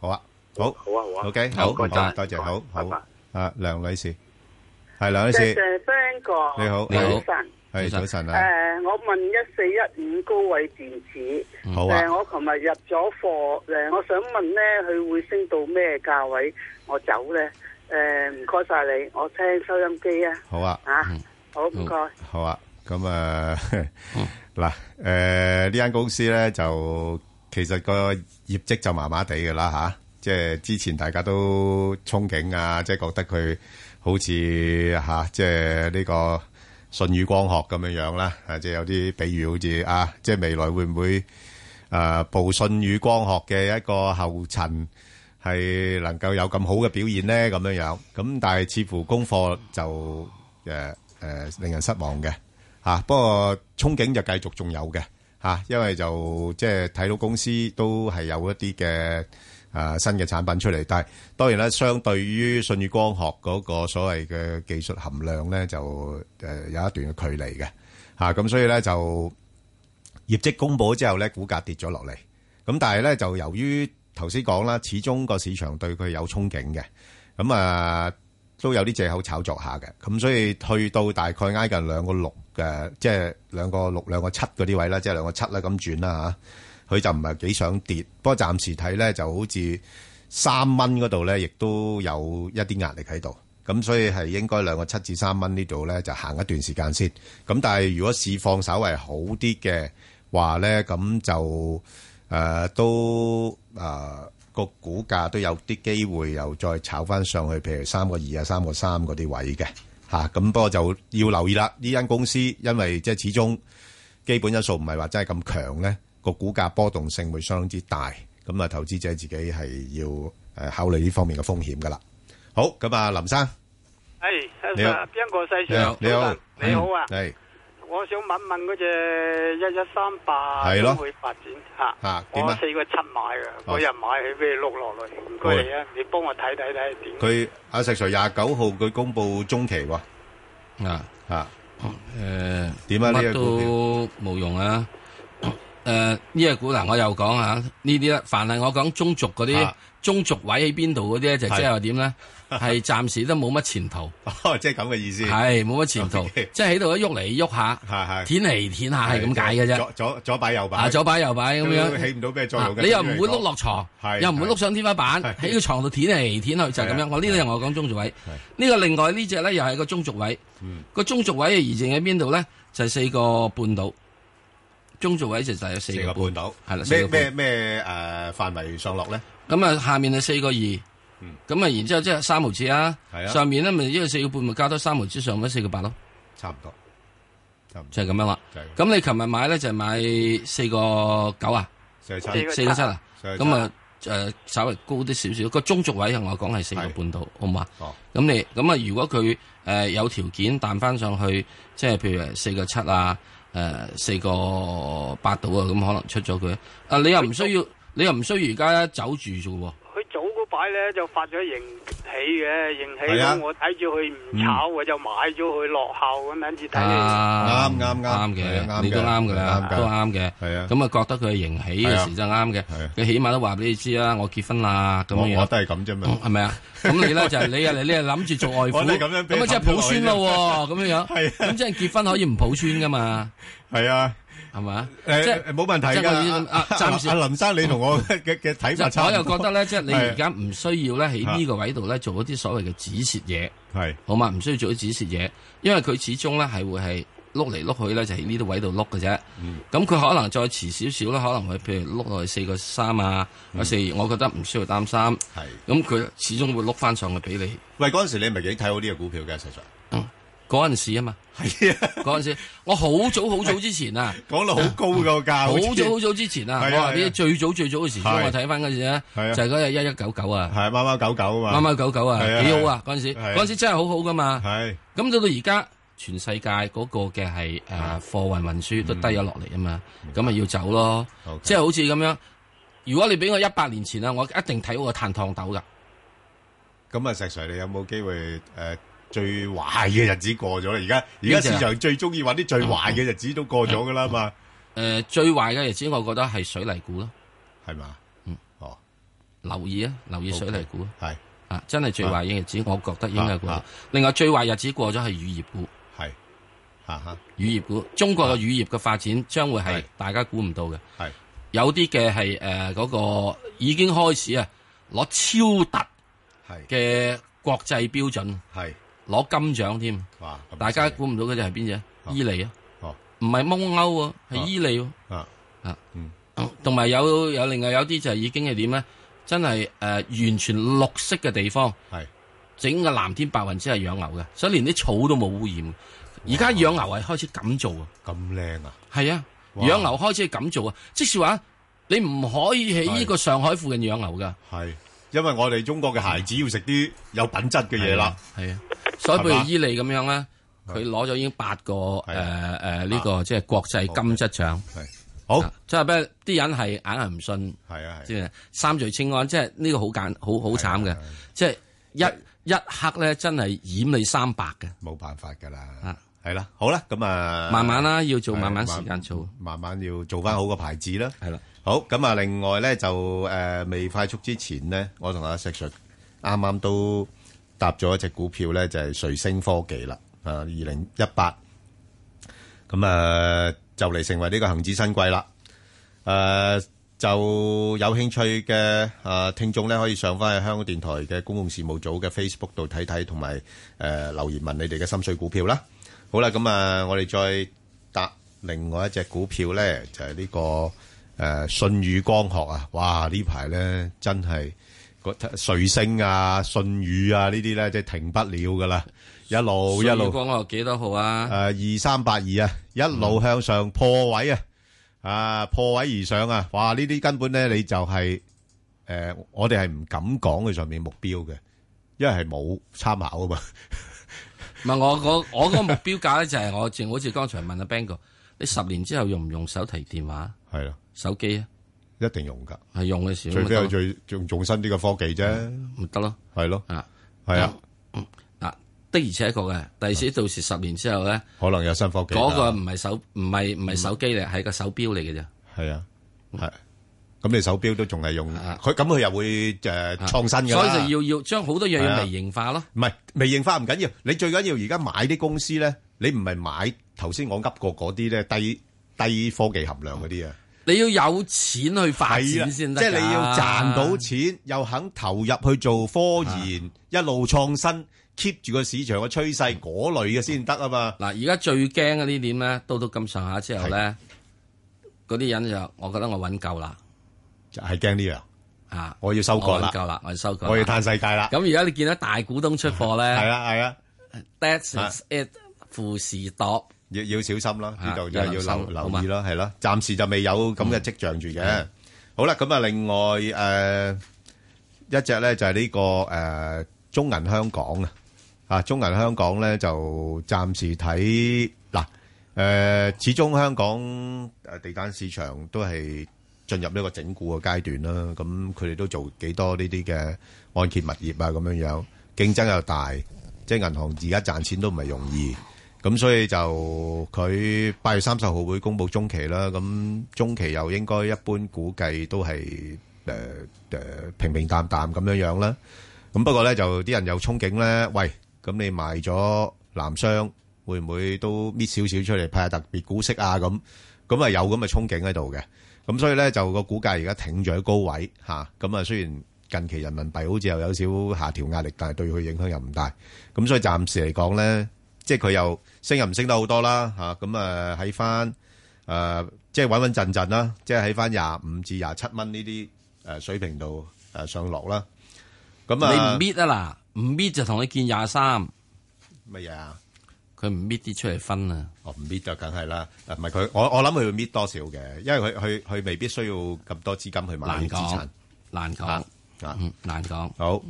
Speaker 3: 好啊，好，
Speaker 12: 好啊好啊
Speaker 3: OK，
Speaker 4: 好
Speaker 3: 好，好，
Speaker 4: 唔該
Speaker 3: 多謝，好好，啊，梁女士，係梁女
Speaker 13: 即
Speaker 3: 士
Speaker 13: 系，Ben 哥，
Speaker 3: 你好，
Speaker 13: 早晨。
Speaker 3: 係早晨啊，
Speaker 13: 诶，我問一四一五高位電子，
Speaker 3: 嗯好啊
Speaker 13: 誒我琴日入咗貨，诶，呃我想問咧，佢會升到咩價位？我走咧？诶，唔該晒你，我聽收音機啊。
Speaker 3: 好啊，
Speaker 13: 啊，好唔該。
Speaker 3: 好啊，咁啊， 嗱，诶，呢間公司咧就其實個業績就麻麻地嘅啦吓，即係之前大家都憧憬啊，即係覺得佢好似吓、即係呢個舜宇光學咁樣樣啦，啊，即係有啲比喻好似啊，即係未來會唔會诶步舜宇光學嘅一個後塵？係能夠有咁好嘅表現呢？咁樣樣咁，但係似乎功課就誒誒、呃呃令人失望嘅嚇、啊不過憧憬就繼續仲有嘅嚇、啊因為就即係睇到公司都係有一啲嘅啊新嘅產品出嚟。但係當然啦，相對於信宇光學嗰個所謂嘅技術含量咧，就誒有一段嘅距離嘅嚇。咁、所以咧就業績公佈咗之後咧，股價跌咗落嚟。咁但係咧就由於頭先講啦，始終個市場對佢有憧憬嘅，咁啊都有啲藉口炒作下嘅，咁所以去到大概挨近兩個六嘅，即係兩個六兩個七嗰啲位啦，即係兩個七啦咁轉啦嚇，佢就唔係幾想跌，不過暫時睇咧就好似三蚊嗰度咧，亦都有一啲壓力喺度。咁所以係應該兩個七至三蚊呢度咧，就行一段時間先。咁但係如果市況稍為好啲嘅話咧，咁就誒、都誒個、股價都有啲機會又再炒翻上去，譬如三個二啊、三個三嗰啲位嘅嚇。咁、不過就要留意啦，呢間公司因為即係始終基本因素唔係話真係咁強咧，個股價波動性會相當之大。咁啊，投資者自己係要誒考慮呢方面嘅風險噶啦。好，咁啊，林生，
Speaker 8: 系
Speaker 3: 你好
Speaker 8: 边个细
Speaker 3: 你好
Speaker 8: 上？，
Speaker 3: 你好，
Speaker 8: 你好啊！
Speaker 3: 係
Speaker 8: 我想问一问嗰只一一三八
Speaker 3: 係咯
Speaker 8: 會发展吓，
Speaker 3: 啊哦點
Speaker 8: 我
Speaker 3: 啊？
Speaker 8: 四个七买嘅，我又买起俾你碌落嚟，唔该你啊，你帮我睇睇睇点？
Speaker 3: 佢阿石 Sir 廿九號佢公布中期喎，
Speaker 4: 啊
Speaker 3: 啊
Speaker 4: 诶，
Speaker 3: 點啊呢
Speaker 4: 呃乜
Speaker 3: 個股票
Speaker 4: 都冇用啊！ 诶，呢只股嗱，我又講啊，呢啲咧，凡係我講中族嗰啲
Speaker 3: 啊，
Speaker 4: 中族位喺邊度嗰啲咧，就即係話點 咧？係暫時都冇乜前途。
Speaker 3: 即係咁嘅意思。
Speaker 4: 係冇乜前 途，即係喺度一喐嚟喐下，
Speaker 3: 係
Speaker 4: 舔嚟舔下係咁解嘅
Speaker 3: 左
Speaker 4: 啫。
Speaker 3: 左左擺右擺，
Speaker 4: 啊，左擺右擺咁
Speaker 3: 都
Speaker 4: 樣，
Speaker 3: 起唔到咩作用嘅
Speaker 4: 啊你又唔會碌落床
Speaker 3: 係，
Speaker 4: 又唔會碌上天花板，喺個床度舔嚟舔去就係咁
Speaker 3: 係啊
Speaker 4: 樣。我呢度我講中族位，呢個另外呢只咧又係個中族位。
Speaker 3: 嗯
Speaker 4: 個中軸位嘅移正喺邊度咧？就係四個半島。中軸位就就有四個半
Speaker 3: 島，
Speaker 4: 係啦，
Speaker 3: 咩
Speaker 4: 四個
Speaker 3: 咩
Speaker 4: 半。
Speaker 3: 咩誒範圍上落咧？
Speaker 4: 咁啊，下面係四個二，咁啊，然之後即係三毫子啦
Speaker 3: 嗯係。啊
Speaker 4: 上面咧咪因為四個半咪加多三毫子，上面四個八咯，
Speaker 3: 差唔多，差唔多
Speaker 4: 就係咁樣啦
Speaker 3: 就係。
Speaker 4: 咁你琴日買咧就係買四個九啊，
Speaker 3: 四
Speaker 4: 四
Speaker 3: 個七
Speaker 4: 個七啊，
Speaker 3: 四個七
Speaker 4: 咁啊。誒稍微高啲少少，個中軸位我講係四個半度，好啊嘛？
Speaker 3: 哦
Speaker 4: 咁你咁啊，如果佢誒、呃有條件彈翻上去，即係譬如四個七啊，誒四個八度啊，咁可能出咗佢。啊，你又唔需要，你又唔需要而家走住啫喎。
Speaker 8: 佢早嗰擺咧就發咗盈起嘅，盈起
Speaker 4: 係啊
Speaker 8: 咁我睇住佢唔
Speaker 3: 嗯
Speaker 8: 炒，我就買咗佢落後咁樣至睇
Speaker 4: 啊
Speaker 8: 你。
Speaker 3: 啱啱
Speaker 4: 啱
Speaker 3: 啱係啊啱
Speaker 4: 嘅，
Speaker 3: 嘅
Speaker 4: 你都啱嘅啦
Speaker 3: 啱，嘅
Speaker 4: 都啱嘅。
Speaker 3: 係啊
Speaker 4: 咁啊覺得佢係迎起
Speaker 3: 係
Speaker 4: 嘅
Speaker 3: 啊
Speaker 4: 時就啱嘅。佢起碼都話俾你知啦，我結婚啦咁
Speaker 3: 我
Speaker 4: 樣。
Speaker 3: 我都係咁啫嘛，
Speaker 4: 係咪啊？咁你咧就係 你啊，你你係諗住做外父，
Speaker 3: 我都係咁樣
Speaker 4: 咁啊
Speaker 3: 俾人
Speaker 4: 即係
Speaker 3: 氹咗
Speaker 4: 抱孫咯喎，咁樣樣。係
Speaker 3: 啊
Speaker 4: 咁即係結婚可以唔抱孫噶嘛？
Speaker 3: 係啊，
Speaker 4: 係咪啊？
Speaker 3: 誒
Speaker 4: 即係
Speaker 3: 冇問題
Speaker 4: 即係我意思
Speaker 3: 㗎。
Speaker 4: 啊暫時
Speaker 3: 阿林生，你同我嘅嘅睇法差唔多
Speaker 4: 我又覺得咧，即係你
Speaker 3: 係
Speaker 4: 而家唔需要咧喺呢個位度咧做一啲所謂嘅止蝕嘢，
Speaker 3: 係
Speaker 4: 好嘛？唔需要做啲止蝕嘢，因為佢始終咧係會係碌嚟碌去咧，就喺呢啲位度碌嘅啫。
Speaker 3: 嗯
Speaker 4: 咁佢可能再遲少少啦，可能佢譬如碌落去四個三啊，或
Speaker 3: 嗯
Speaker 4: 者四二，我覺得唔需要擔心。係咁，佢始終會碌翻上去俾你。
Speaker 3: 喂，嗰陣時你咪幾睇好呢個股票嘅，石 Sir？
Speaker 4: 嗰陣時啊嘛，
Speaker 3: 係啊，
Speaker 4: 嗰陣時我好早好早之前啊，
Speaker 3: 講到啊好高個價，
Speaker 4: 好
Speaker 3: 似
Speaker 4: 早好早之前啊，
Speaker 3: 係
Speaker 4: 我
Speaker 3: 啊
Speaker 4: 話俾
Speaker 3: 係
Speaker 4: 你
Speaker 3: 啊
Speaker 4: 最早最早嘅時鐘，
Speaker 3: 係
Speaker 4: 我睇翻嗰陣時咧，
Speaker 3: 係啊
Speaker 4: 就係嗰日一一九九啊，
Speaker 3: 係貓貓狗狗啊嘛，
Speaker 4: 貓貓狗狗啊，
Speaker 3: 係
Speaker 4: 幾好啊！嗰陣時，
Speaker 3: 係啊
Speaker 4: 嗰陣時真係好好噶嘛。
Speaker 3: 係
Speaker 4: 咁到到而家，全世界嗰個嘅係誒貨運運輸
Speaker 3: 嗯
Speaker 4: 都低咗落嚟啊嘛，咁咪要走咯。即係好似咁樣，如果你俾我一百年前啊，我一定睇好個炭燙豆噶。
Speaker 3: 咁啊，石 Sir，你有冇機會誒、呃最壞嘅日子過咗啦？而家而家市場最中意揾啲最壞嘅日子都過咗噶啦嘛。
Speaker 4: 誒，最壞嘅日子，我覺得係水泥股咯，
Speaker 3: 係嘛？
Speaker 4: 嗯，
Speaker 3: 哦，
Speaker 4: 留意啊，留意水泥股啊，
Speaker 3: 係
Speaker 4: 啊，真係最壞嘅日子，我覺得應該係過咗
Speaker 3: 啊。
Speaker 4: 另外最壞日子過咗係乳業股，
Speaker 3: 係啊哈，
Speaker 4: 乳業股，中
Speaker 3: 啊
Speaker 4: 國嘅乳業嘅發展將會係大家估唔到嘅。
Speaker 3: 係
Speaker 4: 有啲嘅係誒嗰個已經開始啊，攞超突
Speaker 3: 係
Speaker 4: 嘅國際標準，
Speaker 3: 係
Speaker 4: 攞金獎添。
Speaker 3: 哇！咁
Speaker 4: 大家估唔到嗰只係邊只？伊利啊，
Speaker 3: 哦，
Speaker 4: 唔係蒙歐啊，係伊利喎。
Speaker 3: 啊
Speaker 4: 啊，
Speaker 3: 嗯，
Speaker 4: 同埋有有另外有啲就係已經係點咧？真係誒、呃完全綠色嘅地方，
Speaker 3: 係
Speaker 4: 整個藍天白雲之係養牛嘅，所以連啲草都冇污染。而家養牛係開始咁做啊！
Speaker 3: 咁靚啊！
Speaker 4: 係啊，
Speaker 3: 哇
Speaker 4: 養牛開始係咁做啊！即是話你唔可以喺呢個上海附近養牛噶。
Speaker 3: 係因為我哋中國嘅孩子要食啲有品質嘅嘢啦。
Speaker 4: 係啊，所以譬如
Speaker 3: 係嘛啊
Speaker 4: 伊利咁樣咧，佢攞咗已經八個誒誒呢個即係國際金質獎。
Speaker 3: 好，
Speaker 4: 即係咩？啲人係硬係唔信，
Speaker 3: 哦係啊
Speaker 4: 即係三聚氰胺，即係呢個好簡好好慘嘅，即係一一刻咧，真係染你三白嘅，
Speaker 3: 冇辦法㗎啦，系啦，好啦，咁啊，
Speaker 4: 慢慢啦，要做
Speaker 3: 係
Speaker 4: 慢慢時間做，
Speaker 3: 慢慢要做翻好個牌子啦。
Speaker 4: 係啦，
Speaker 3: 好咁啊！另外咧就诶未快速之前咧，我同阿石 Sir 啱啱都搭咗一隻股票咧，就係瑞星科技啦，啊二零一八，咁啊就嚟成為呢個恒指新貴啦。誒、就有興趣嘅誒、呃、聽眾咧，可以上翻去香港電台嘅公共事務組嘅 Facebook 度睇睇，同埋誒留言問你哋嘅心水股票啦。好啦，咁啊、我哋再搭另外一隻股票咧，就係、呢、個誒、呃信宇光學啊！哇，呢排咧真係個瑞星啊、信宇啊呢啲咧，即係停不了噶啦，一路一
Speaker 4: 信
Speaker 3: 路
Speaker 4: 譽。光學幾多號啊？
Speaker 3: 誒二三八二啊，一路向上破位啊，啊破位而上啊，哇！呢啲根本咧你就係、誒、我哋係唔敢講佢上面目標嘅，因為係冇參考啊嘛。
Speaker 4: 唔係我我我嗰個目標價咧就係我正好似剛才問阿 Bang 哥，你十年之後用唔用手提電話？
Speaker 3: 係啦，
Speaker 4: 手機啊，
Speaker 3: 一定用噶，
Speaker 4: 係用嘅時候
Speaker 3: 除非有
Speaker 4: 咪得咯
Speaker 3: 最仲仲新啲嘅科技啫，
Speaker 4: 咪得咯，
Speaker 3: 係咯，
Speaker 4: 啊，嗯
Speaker 3: 係啊，
Speaker 4: 嗱的而且確嘅，第時到時十年之後咧，
Speaker 3: 可能有新科技啦
Speaker 4: 嗰個唔係手唔係
Speaker 3: 嗯
Speaker 4: 唔係手機嚟，係個手錶嚟嘅啫。
Speaker 3: 係啊，
Speaker 4: 嗯
Speaker 3: 係。咁你手錶都仲係用佢，咁佢又會誒創新㗎
Speaker 4: 啊所
Speaker 3: 啦。
Speaker 4: 以就要要將好多嘢
Speaker 3: 係啊
Speaker 4: 要微型化咯。
Speaker 3: 唔係微型化唔緊要，你最緊要而家買啲公司咧，你唔係買頭先我噏過嗰啲咧低低科技含量嗰啲啊，
Speaker 4: 你要有錢去發
Speaker 3: 係啦
Speaker 4: 展
Speaker 3: 即
Speaker 4: 先得㗎，
Speaker 3: 係你要賺到錢，又肯投入去做科研，一路創新，keep 住個市場嘅趨勢嗰類嘅先得啊嘛。
Speaker 4: 嗱，而家最驚嘅呢點咧，到到咁上下之後咧，嗰啲人就我覺得我揾夠啦，
Speaker 3: 就係驚呢
Speaker 4: 樣啊！
Speaker 3: 我要收割啦
Speaker 4: 我揾夠啦，我要收割，
Speaker 3: 我要嘆世界啦。
Speaker 4: 咁而家你見到大股東出貨咧，
Speaker 3: 係啊係啊
Speaker 4: ，That's is it，富士度
Speaker 3: 要要小心啦，呢度就
Speaker 4: 要留
Speaker 3: 要留
Speaker 4: 心好
Speaker 3: 留
Speaker 4: 嘛
Speaker 3: 意啦，係啦，暫時就未有咁嘅跡象住嘅。好啦，咁啊，另外誒、呃一隻咧就係呢、個誒、呃中銀香港啊，啊中銀香港咧就暫時睇嗱誒，始終香港誒地產市場都係進入呢個整固嘅階段啦。咁佢哋都做幾多呢啲嘅按揭物業啊，咁樣樣競爭又大，即係銀行而家賺錢都唔係容易。咁所以就佢八月三十號會公布中期啦，咁中期又應該一般估計都係誒誒平平淡淡咁樣樣啦。咁不過咧就啲人有憧憬咧，喂，咁你賣咗南商會唔會都搣少少出嚟派下特別股息啊？咁咁啊有咁嘅憧憬喺度嘅。咁所以咧就個股價而家挺咗喺高位嚇，咁啊雖然近期人民幣好似又有少下調壓力，但係對佢影響又唔大。咁所以暫時嚟講咧，即係佢又升又唔升得好多啦嚇，咁啊喺翻誒即係穩穩陣陣啦，即係喺翻廿五至廿七蚊呢啲誒水平度誒上落啦。咁啊，
Speaker 4: 你唔搣啊嗱，唔搣就同你見廿三。
Speaker 3: 乜嘢啊？
Speaker 4: 佢唔搣啲出嚟分啊？
Speaker 3: 哦，唔搣就梗係啦，啊唔係佢，我我諗佢會搣多少嘅，因為佢佢佢未必需要咁多資金去買啲
Speaker 4: 難
Speaker 3: 資產
Speaker 4: 講。，難講，嗯
Speaker 3: 啊，
Speaker 4: 難講。
Speaker 3: 好，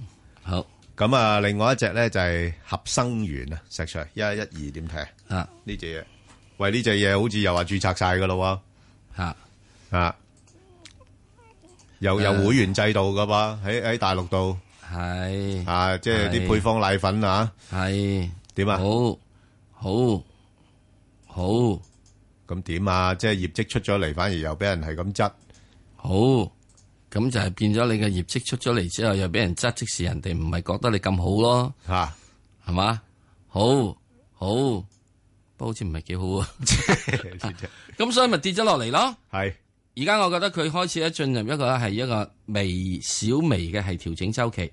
Speaker 4: 好。
Speaker 3: 咁啊，另外一隻咧就係合生元啊，石 Sir 一一二點睇
Speaker 4: 啊？
Speaker 3: 呢只嘢，喂呢只嘢好似又話註冊晒噶咯
Speaker 4: 喎。嚇
Speaker 3: 啊！有有
Speaker 4: 誒
Speaker 3: 會員制度噶噃，喺喺大陸度
Speaker 4: 係
Speaker 3: 啊，即係啲
Speaker 4: 係
Speaker 3: 配方奶粉啊，
Speaker 4: 係
Speaker 3: 點啊？
Speaker 4: 好，好，好，
Speaker 3: 咁點啊？即係業績出咗嚟，反而又俾人係咁質。
Speaker 4: 好，咁就係變咗你嘅業績出咗嚟之後，又俾人質，即使人哋唔係覺得你咁好咯。
Speaker 3: 嚇，
Speaker 4: 係嘛？好，好，不過好似唔係幾好啊。 咁所以咪跌咗落嚟咯。
Speaker 3: 係。
Speaker 4: 而家我覺得佢開始咧進入一個係一個微小微嘅係調整周期。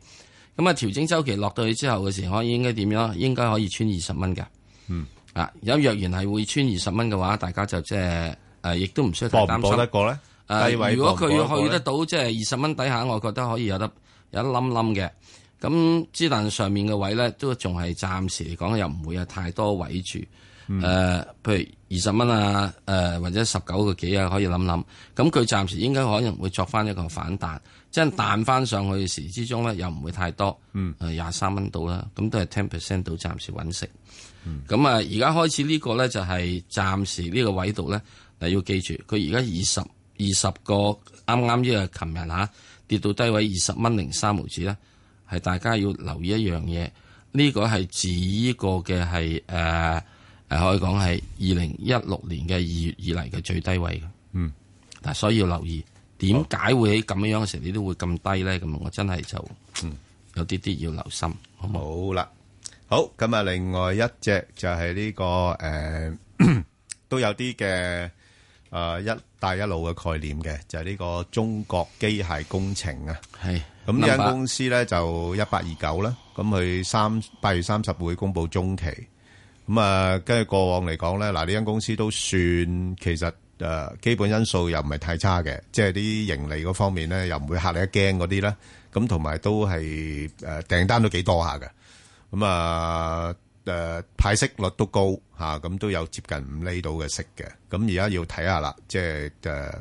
Speaker 4: 咁啊，調整周期落到去之後嘅時候，可以應該點樣？應該可以穿二十蚊㗎。
Speaker 3: 嗯。
Speaker 4: 啊，有若然係會穿二十蚊嘅話，大家就即係誒，亦都唔需要太
Speaker 3: 搏
Speaker 4: 擔心。
Speaker 3: 唔搏得過咧？
Speaker 4: 誒
Speaker 3: 低位
Speaker 4: 呃如果
Speaker 3: 搏唔搏過
Speaker 4: 佢去
Speaker 3: 咧
Speaker 4: 得到即係二十蚊底下，我覺得可以有得有得冧冧嘅。咁之但上面嘅位咧，都仲係暫時嚟講又唔會有太多位住。誒、
Speaker 3: 嗯
Speaker 4: 譬如二十蚊啊，誒、或者十九個幾啊，可以諗諗。咁佢暫時應該可能會作翻一個反彈，即係彈翻上去時之中咧，又唔會太多。
Speaker 3: 嗯，
Speaker 4: 誒廿三蚊到啦，咁都係 ten percent 到，
Speaker 3: 嗯
Speaker 4: 暫時揾食。咁啊，而家開始呢個咧就係暫時呢個位度咧嚟你要記住，佢而家二十二十個啱啱呢個琴日嚇跌到低位二十蚊零三毫子咧，係大家要留意一樣嘢，呢、個係自呢個嘅係誒誒可以講係二零一六年嘅二月以嚟嘅最低位嘅。
Speaker 3: 嗯，
Speaker 4: 嗱，所以要留意點解會喺咁樣嘅時候你都會咁低咧？咁我真係就有啲啲要留心，好
Speaker 3: 嗯冇？好啦，好咁啊，另外一隻就係呢、個诶 都有啲嘅诶一帶一路嘅概念嘅，就係呢個中國機械工程啊。
Speaker 4: 係
Speaker 3: 咁呢間
Speaker 4: number
Speaker 3: 公司咧就一八二九啦，咁佢三八月三十會公布中期。咁啊，跟住過往嚟講咧，嗱呢間公司都算其實誒、呃基本因素又唔係太差嘅，即係啲盈利嗰方面咧又唔會嚇你一驚嗰啲啦。咁同埋都係誒、呃、訂單都幾多下嘅。咁啊誒派息率都高嚇，咁、都有接近五厘到嘅息嘅。咁而家要睇下啦，即係誒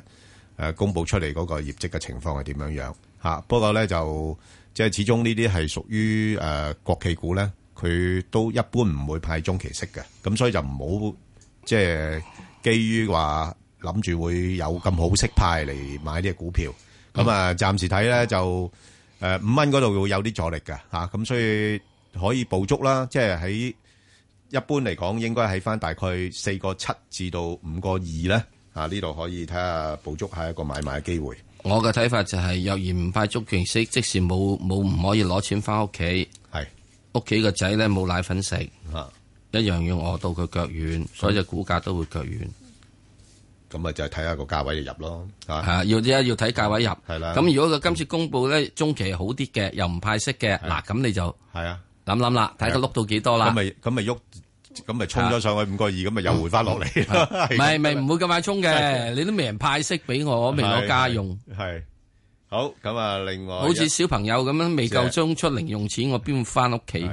Speaker 3: 誒公佈出嚟嗰個業績嘅情況係點樣樣嚇、不過咧就即係始終呢啲係屬於誒、呃、國企股咧，佢都一般唔會派中期息嘅，咁所以就唔好即係基於話諗住會有咁好息派嚟買呢只股票。咁啊，暫時睇咧就誒五蚊嗰度會有啲阻力嘅嚇，咁、所以可以捕捉啦，即係喺一般嚟講應該喺翻大概四個七至到五個二咧嚇，呢度可以睇下捕捉下一個買賣嘅機會。
Speaker 4: 我嘅睇法就係、若然唔派足權息，即使冇冇唔可以攞錢翻屋企，
Speaker 3: 係
Speaker 4: 屋企個仔咧冇奶粉食，
Speaker 3: 一
Speaker 4: 樣要餓到佢腳軟，所以只股價都會腳軟。
Speaker 3: 咁咪就係睇下個價位入咯，係
Speaker 4: 啊，要一要睇價位入。
Speaker 3: 嗯係啦。
Speaker 4: 咁如果佢今次公佈咧中期好啲嘅，又唔派息嘅，嗱咁你就
Speaker 3: 係嗯啊
Speaker 4: 諗諗啦，睇佢碌到幾多啦。
Speaker 3: 咁咪咁咪喐，咁咪衝咗上去五個二，咁咪又回翻落嚟。
Speaker 4: 啊唔 係唔係唔會咁快衝嘅，
Speaker 3: 係
Speaker 4: 你都未人派息俾我，我未攞家用。
Speaker 3: 係好咁啊！另外
Speaker 4: 好似小朋友咁樣未夠鐘出零用錢，我邊會翻屋企？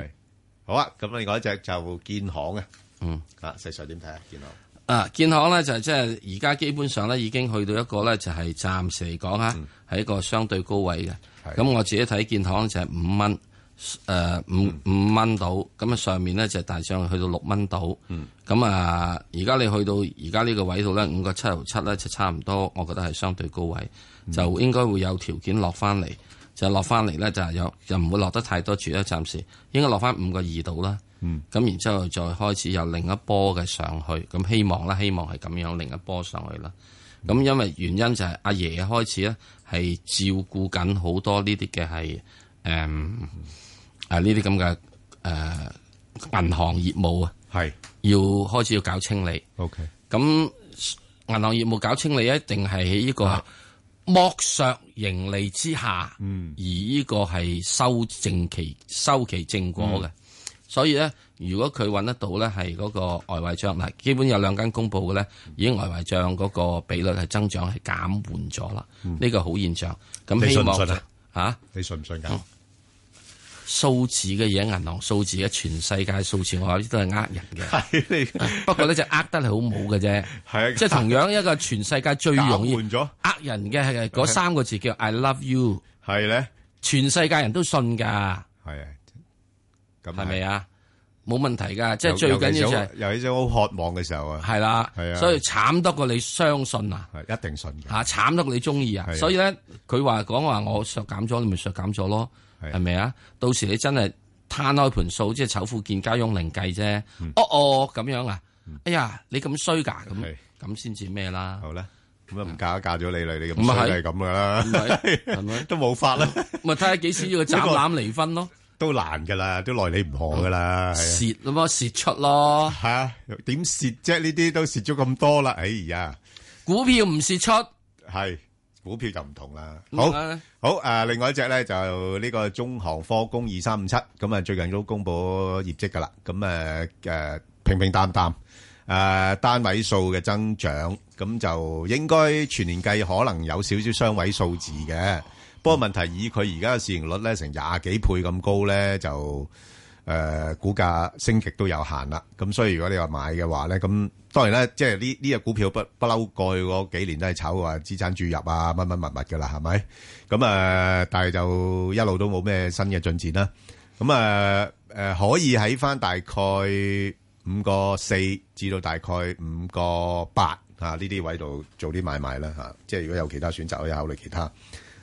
Speaker 3: 好啊！咁另外一隻就建行啊，
Speaker 4: 嗯
Speaker 3: 啊，石 Sir 點睇啊？建行
Speaker 4: 啊，建行咧就即係而家基本上咧已經去到一個咧就係暫時嚟講嚇係一個相對高位嘅。咁我自己睇建行就係五蚊，誒五五蚊到，咁啊上面咧就大上去到六蚊到。咁啊，而家你去到而家呢個位度咧，五個七毫七咧就差唔多，我覺得係相對高位，就應該會有條件落翻嚟，就落翻嚟咧就係有就唔會落得太多住啦，暫時應該落翻五個二度啦。
Speaker 3: 嗯，
Speaker 4: 咁然之後再開始有另一波嘅上去，咁希望啦，希望係咁樣另一波上去啦。咁因為原因就係阿爺開始咧係照顧緊好多呢啲嘅係誒啊呢啲咁嘅誒銀行業務啊，
Speaker 3: 係
Speaker 4: 要開始要搞清理。
Speaker 3: OK，
Speaker 4: 咁呃銀行業務搞清理一定係喺呢
Speaker 3: 啊
Speaker 4: 個剝削盈利之下，
Speaker 3: 嗯
Speaker 4: 而呢個係修正其收其正果嘅。
Speaker 14: 嗯
Speaker 4: 所以咧，如果佢揾得到咧，係嗰個外匯帳嗱，基本有兩間公佈嘅咧，已經外匯帳嗰個比率係增長係減緩咗啦，
Speaker 3: 嗯
Speaker 4: 呢個好現象。咁
Speaker 3: 你
Speaker 4: 希
Speaker 3: 信唔
Speaker 4: 望
Speaker 3: 信啊？
Speaker 4: 嚇，
Speaker 3: 你信唔信㗎？
Speaker 4: 數字嘅嘢，銀行數字嘅全世界數字，我話呢都係呃人
Speaker 3: 嘅。
Speaker 4: 不過呢，就呃得係好冇嘅啫。
Speaker 3: 係
Speaker 4: 即係同樣一個全世界最容易
Speaker 3: 咗
Speaker 4: 呃人嘅係嗰三個字叫 I love you。
Speaker 3: 係咧，
Speaker 4: 全世界人都信㗎。
Speaker 3: 係啊，咁
Speaker 4: 係咪啊？冇問題㗎，即
Speaker 3: 尤
Speaker 4: 係最緊要就係
Speaker 3: 尤其是好渴望嘅時候啊，
Speaker 4: 係啦
Speaker 3: 係啊，
Speaker 4: 所以慘得過你相信啊，
Speaker 3: 一定信嘅
Speaker 4: 嚇慘得過你中意啊
Speaker 3: 係，啊
Speaker 4: 所以咧佢話講話我削減咗，你咪削減咗咯，係咪啊？到時你真係攤開盤數，即係醜婦見家翁另計啫。
Speaker 3: 嗯
Speaker 4: 哦哦咁樣啊，哎呀你咁衰㗎咁，咁先至咩啦？
Speaker 3: 好啦，咁啊唔嫁嫁咗你啦，你
Speaker 4: 唔
Speaker 3: 咁
Speaker 4: 係
Speaker 3: 衰就係咁噶
Speaker 4: 唔
Speaker 3: 啦
Speaker 4: 係，係咪
Speaker 3: 都冇法啦。
Speaker 4: 咪睇下幾時要佢斬攬離婚咯，
Speaker 3: 都難噶啦，都耐你唔何噶啦，
Speaker 4: 蝕咁啊蝕出咯，
Speaker 3: 係啊，點蝕啫？呢啲都蝕咗咁多啦，哎呀，
Speaker 4: 股票唔蝕出，
Speaker 3: 係股票就唔同啦。
Speaker 4: 嗯
Speaker 3: 好
Speaker 4: 係
Speaker 3: 好誒，另外一隻咧就呢個中航科工二三五七，咁啊最近都公佈業績噶啦，咁啊誒誒平平淡淡。誒、單位數嘅增長，咁就應該全年計可能有少少雙位數字嘅。不過問題以佢而家嘅市盈率咧，成廿幾倍咁高咧，就誒、股價升極都有限啦。咁所以如果你話買嘅話咧，咁當然啦，即係呢呢只股票不不嬲過去嗰幾年都係炒話資產注入啊，乜乜物物噶啦，係咪？咁誒、但係就一路都冇咩新嘅進展啦。咁啊誒可以喺翻大概五個四至到大概五個八嚇呢啲位度做啲買賣啦嚇、即係如果有其他選擇，可以考慮其他。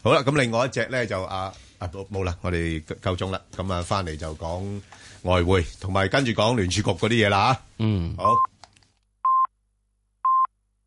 Speaker 3: 好啦，咁另外一隻咧就啊啊冇冇啦，我哋夠夠鐘啦，咁啊翻嚟就講外匯，同埋跟住講聯儲局嗰啲嘢啦嚇。
Speaker 4: 嗯，
Speaker 3: 好。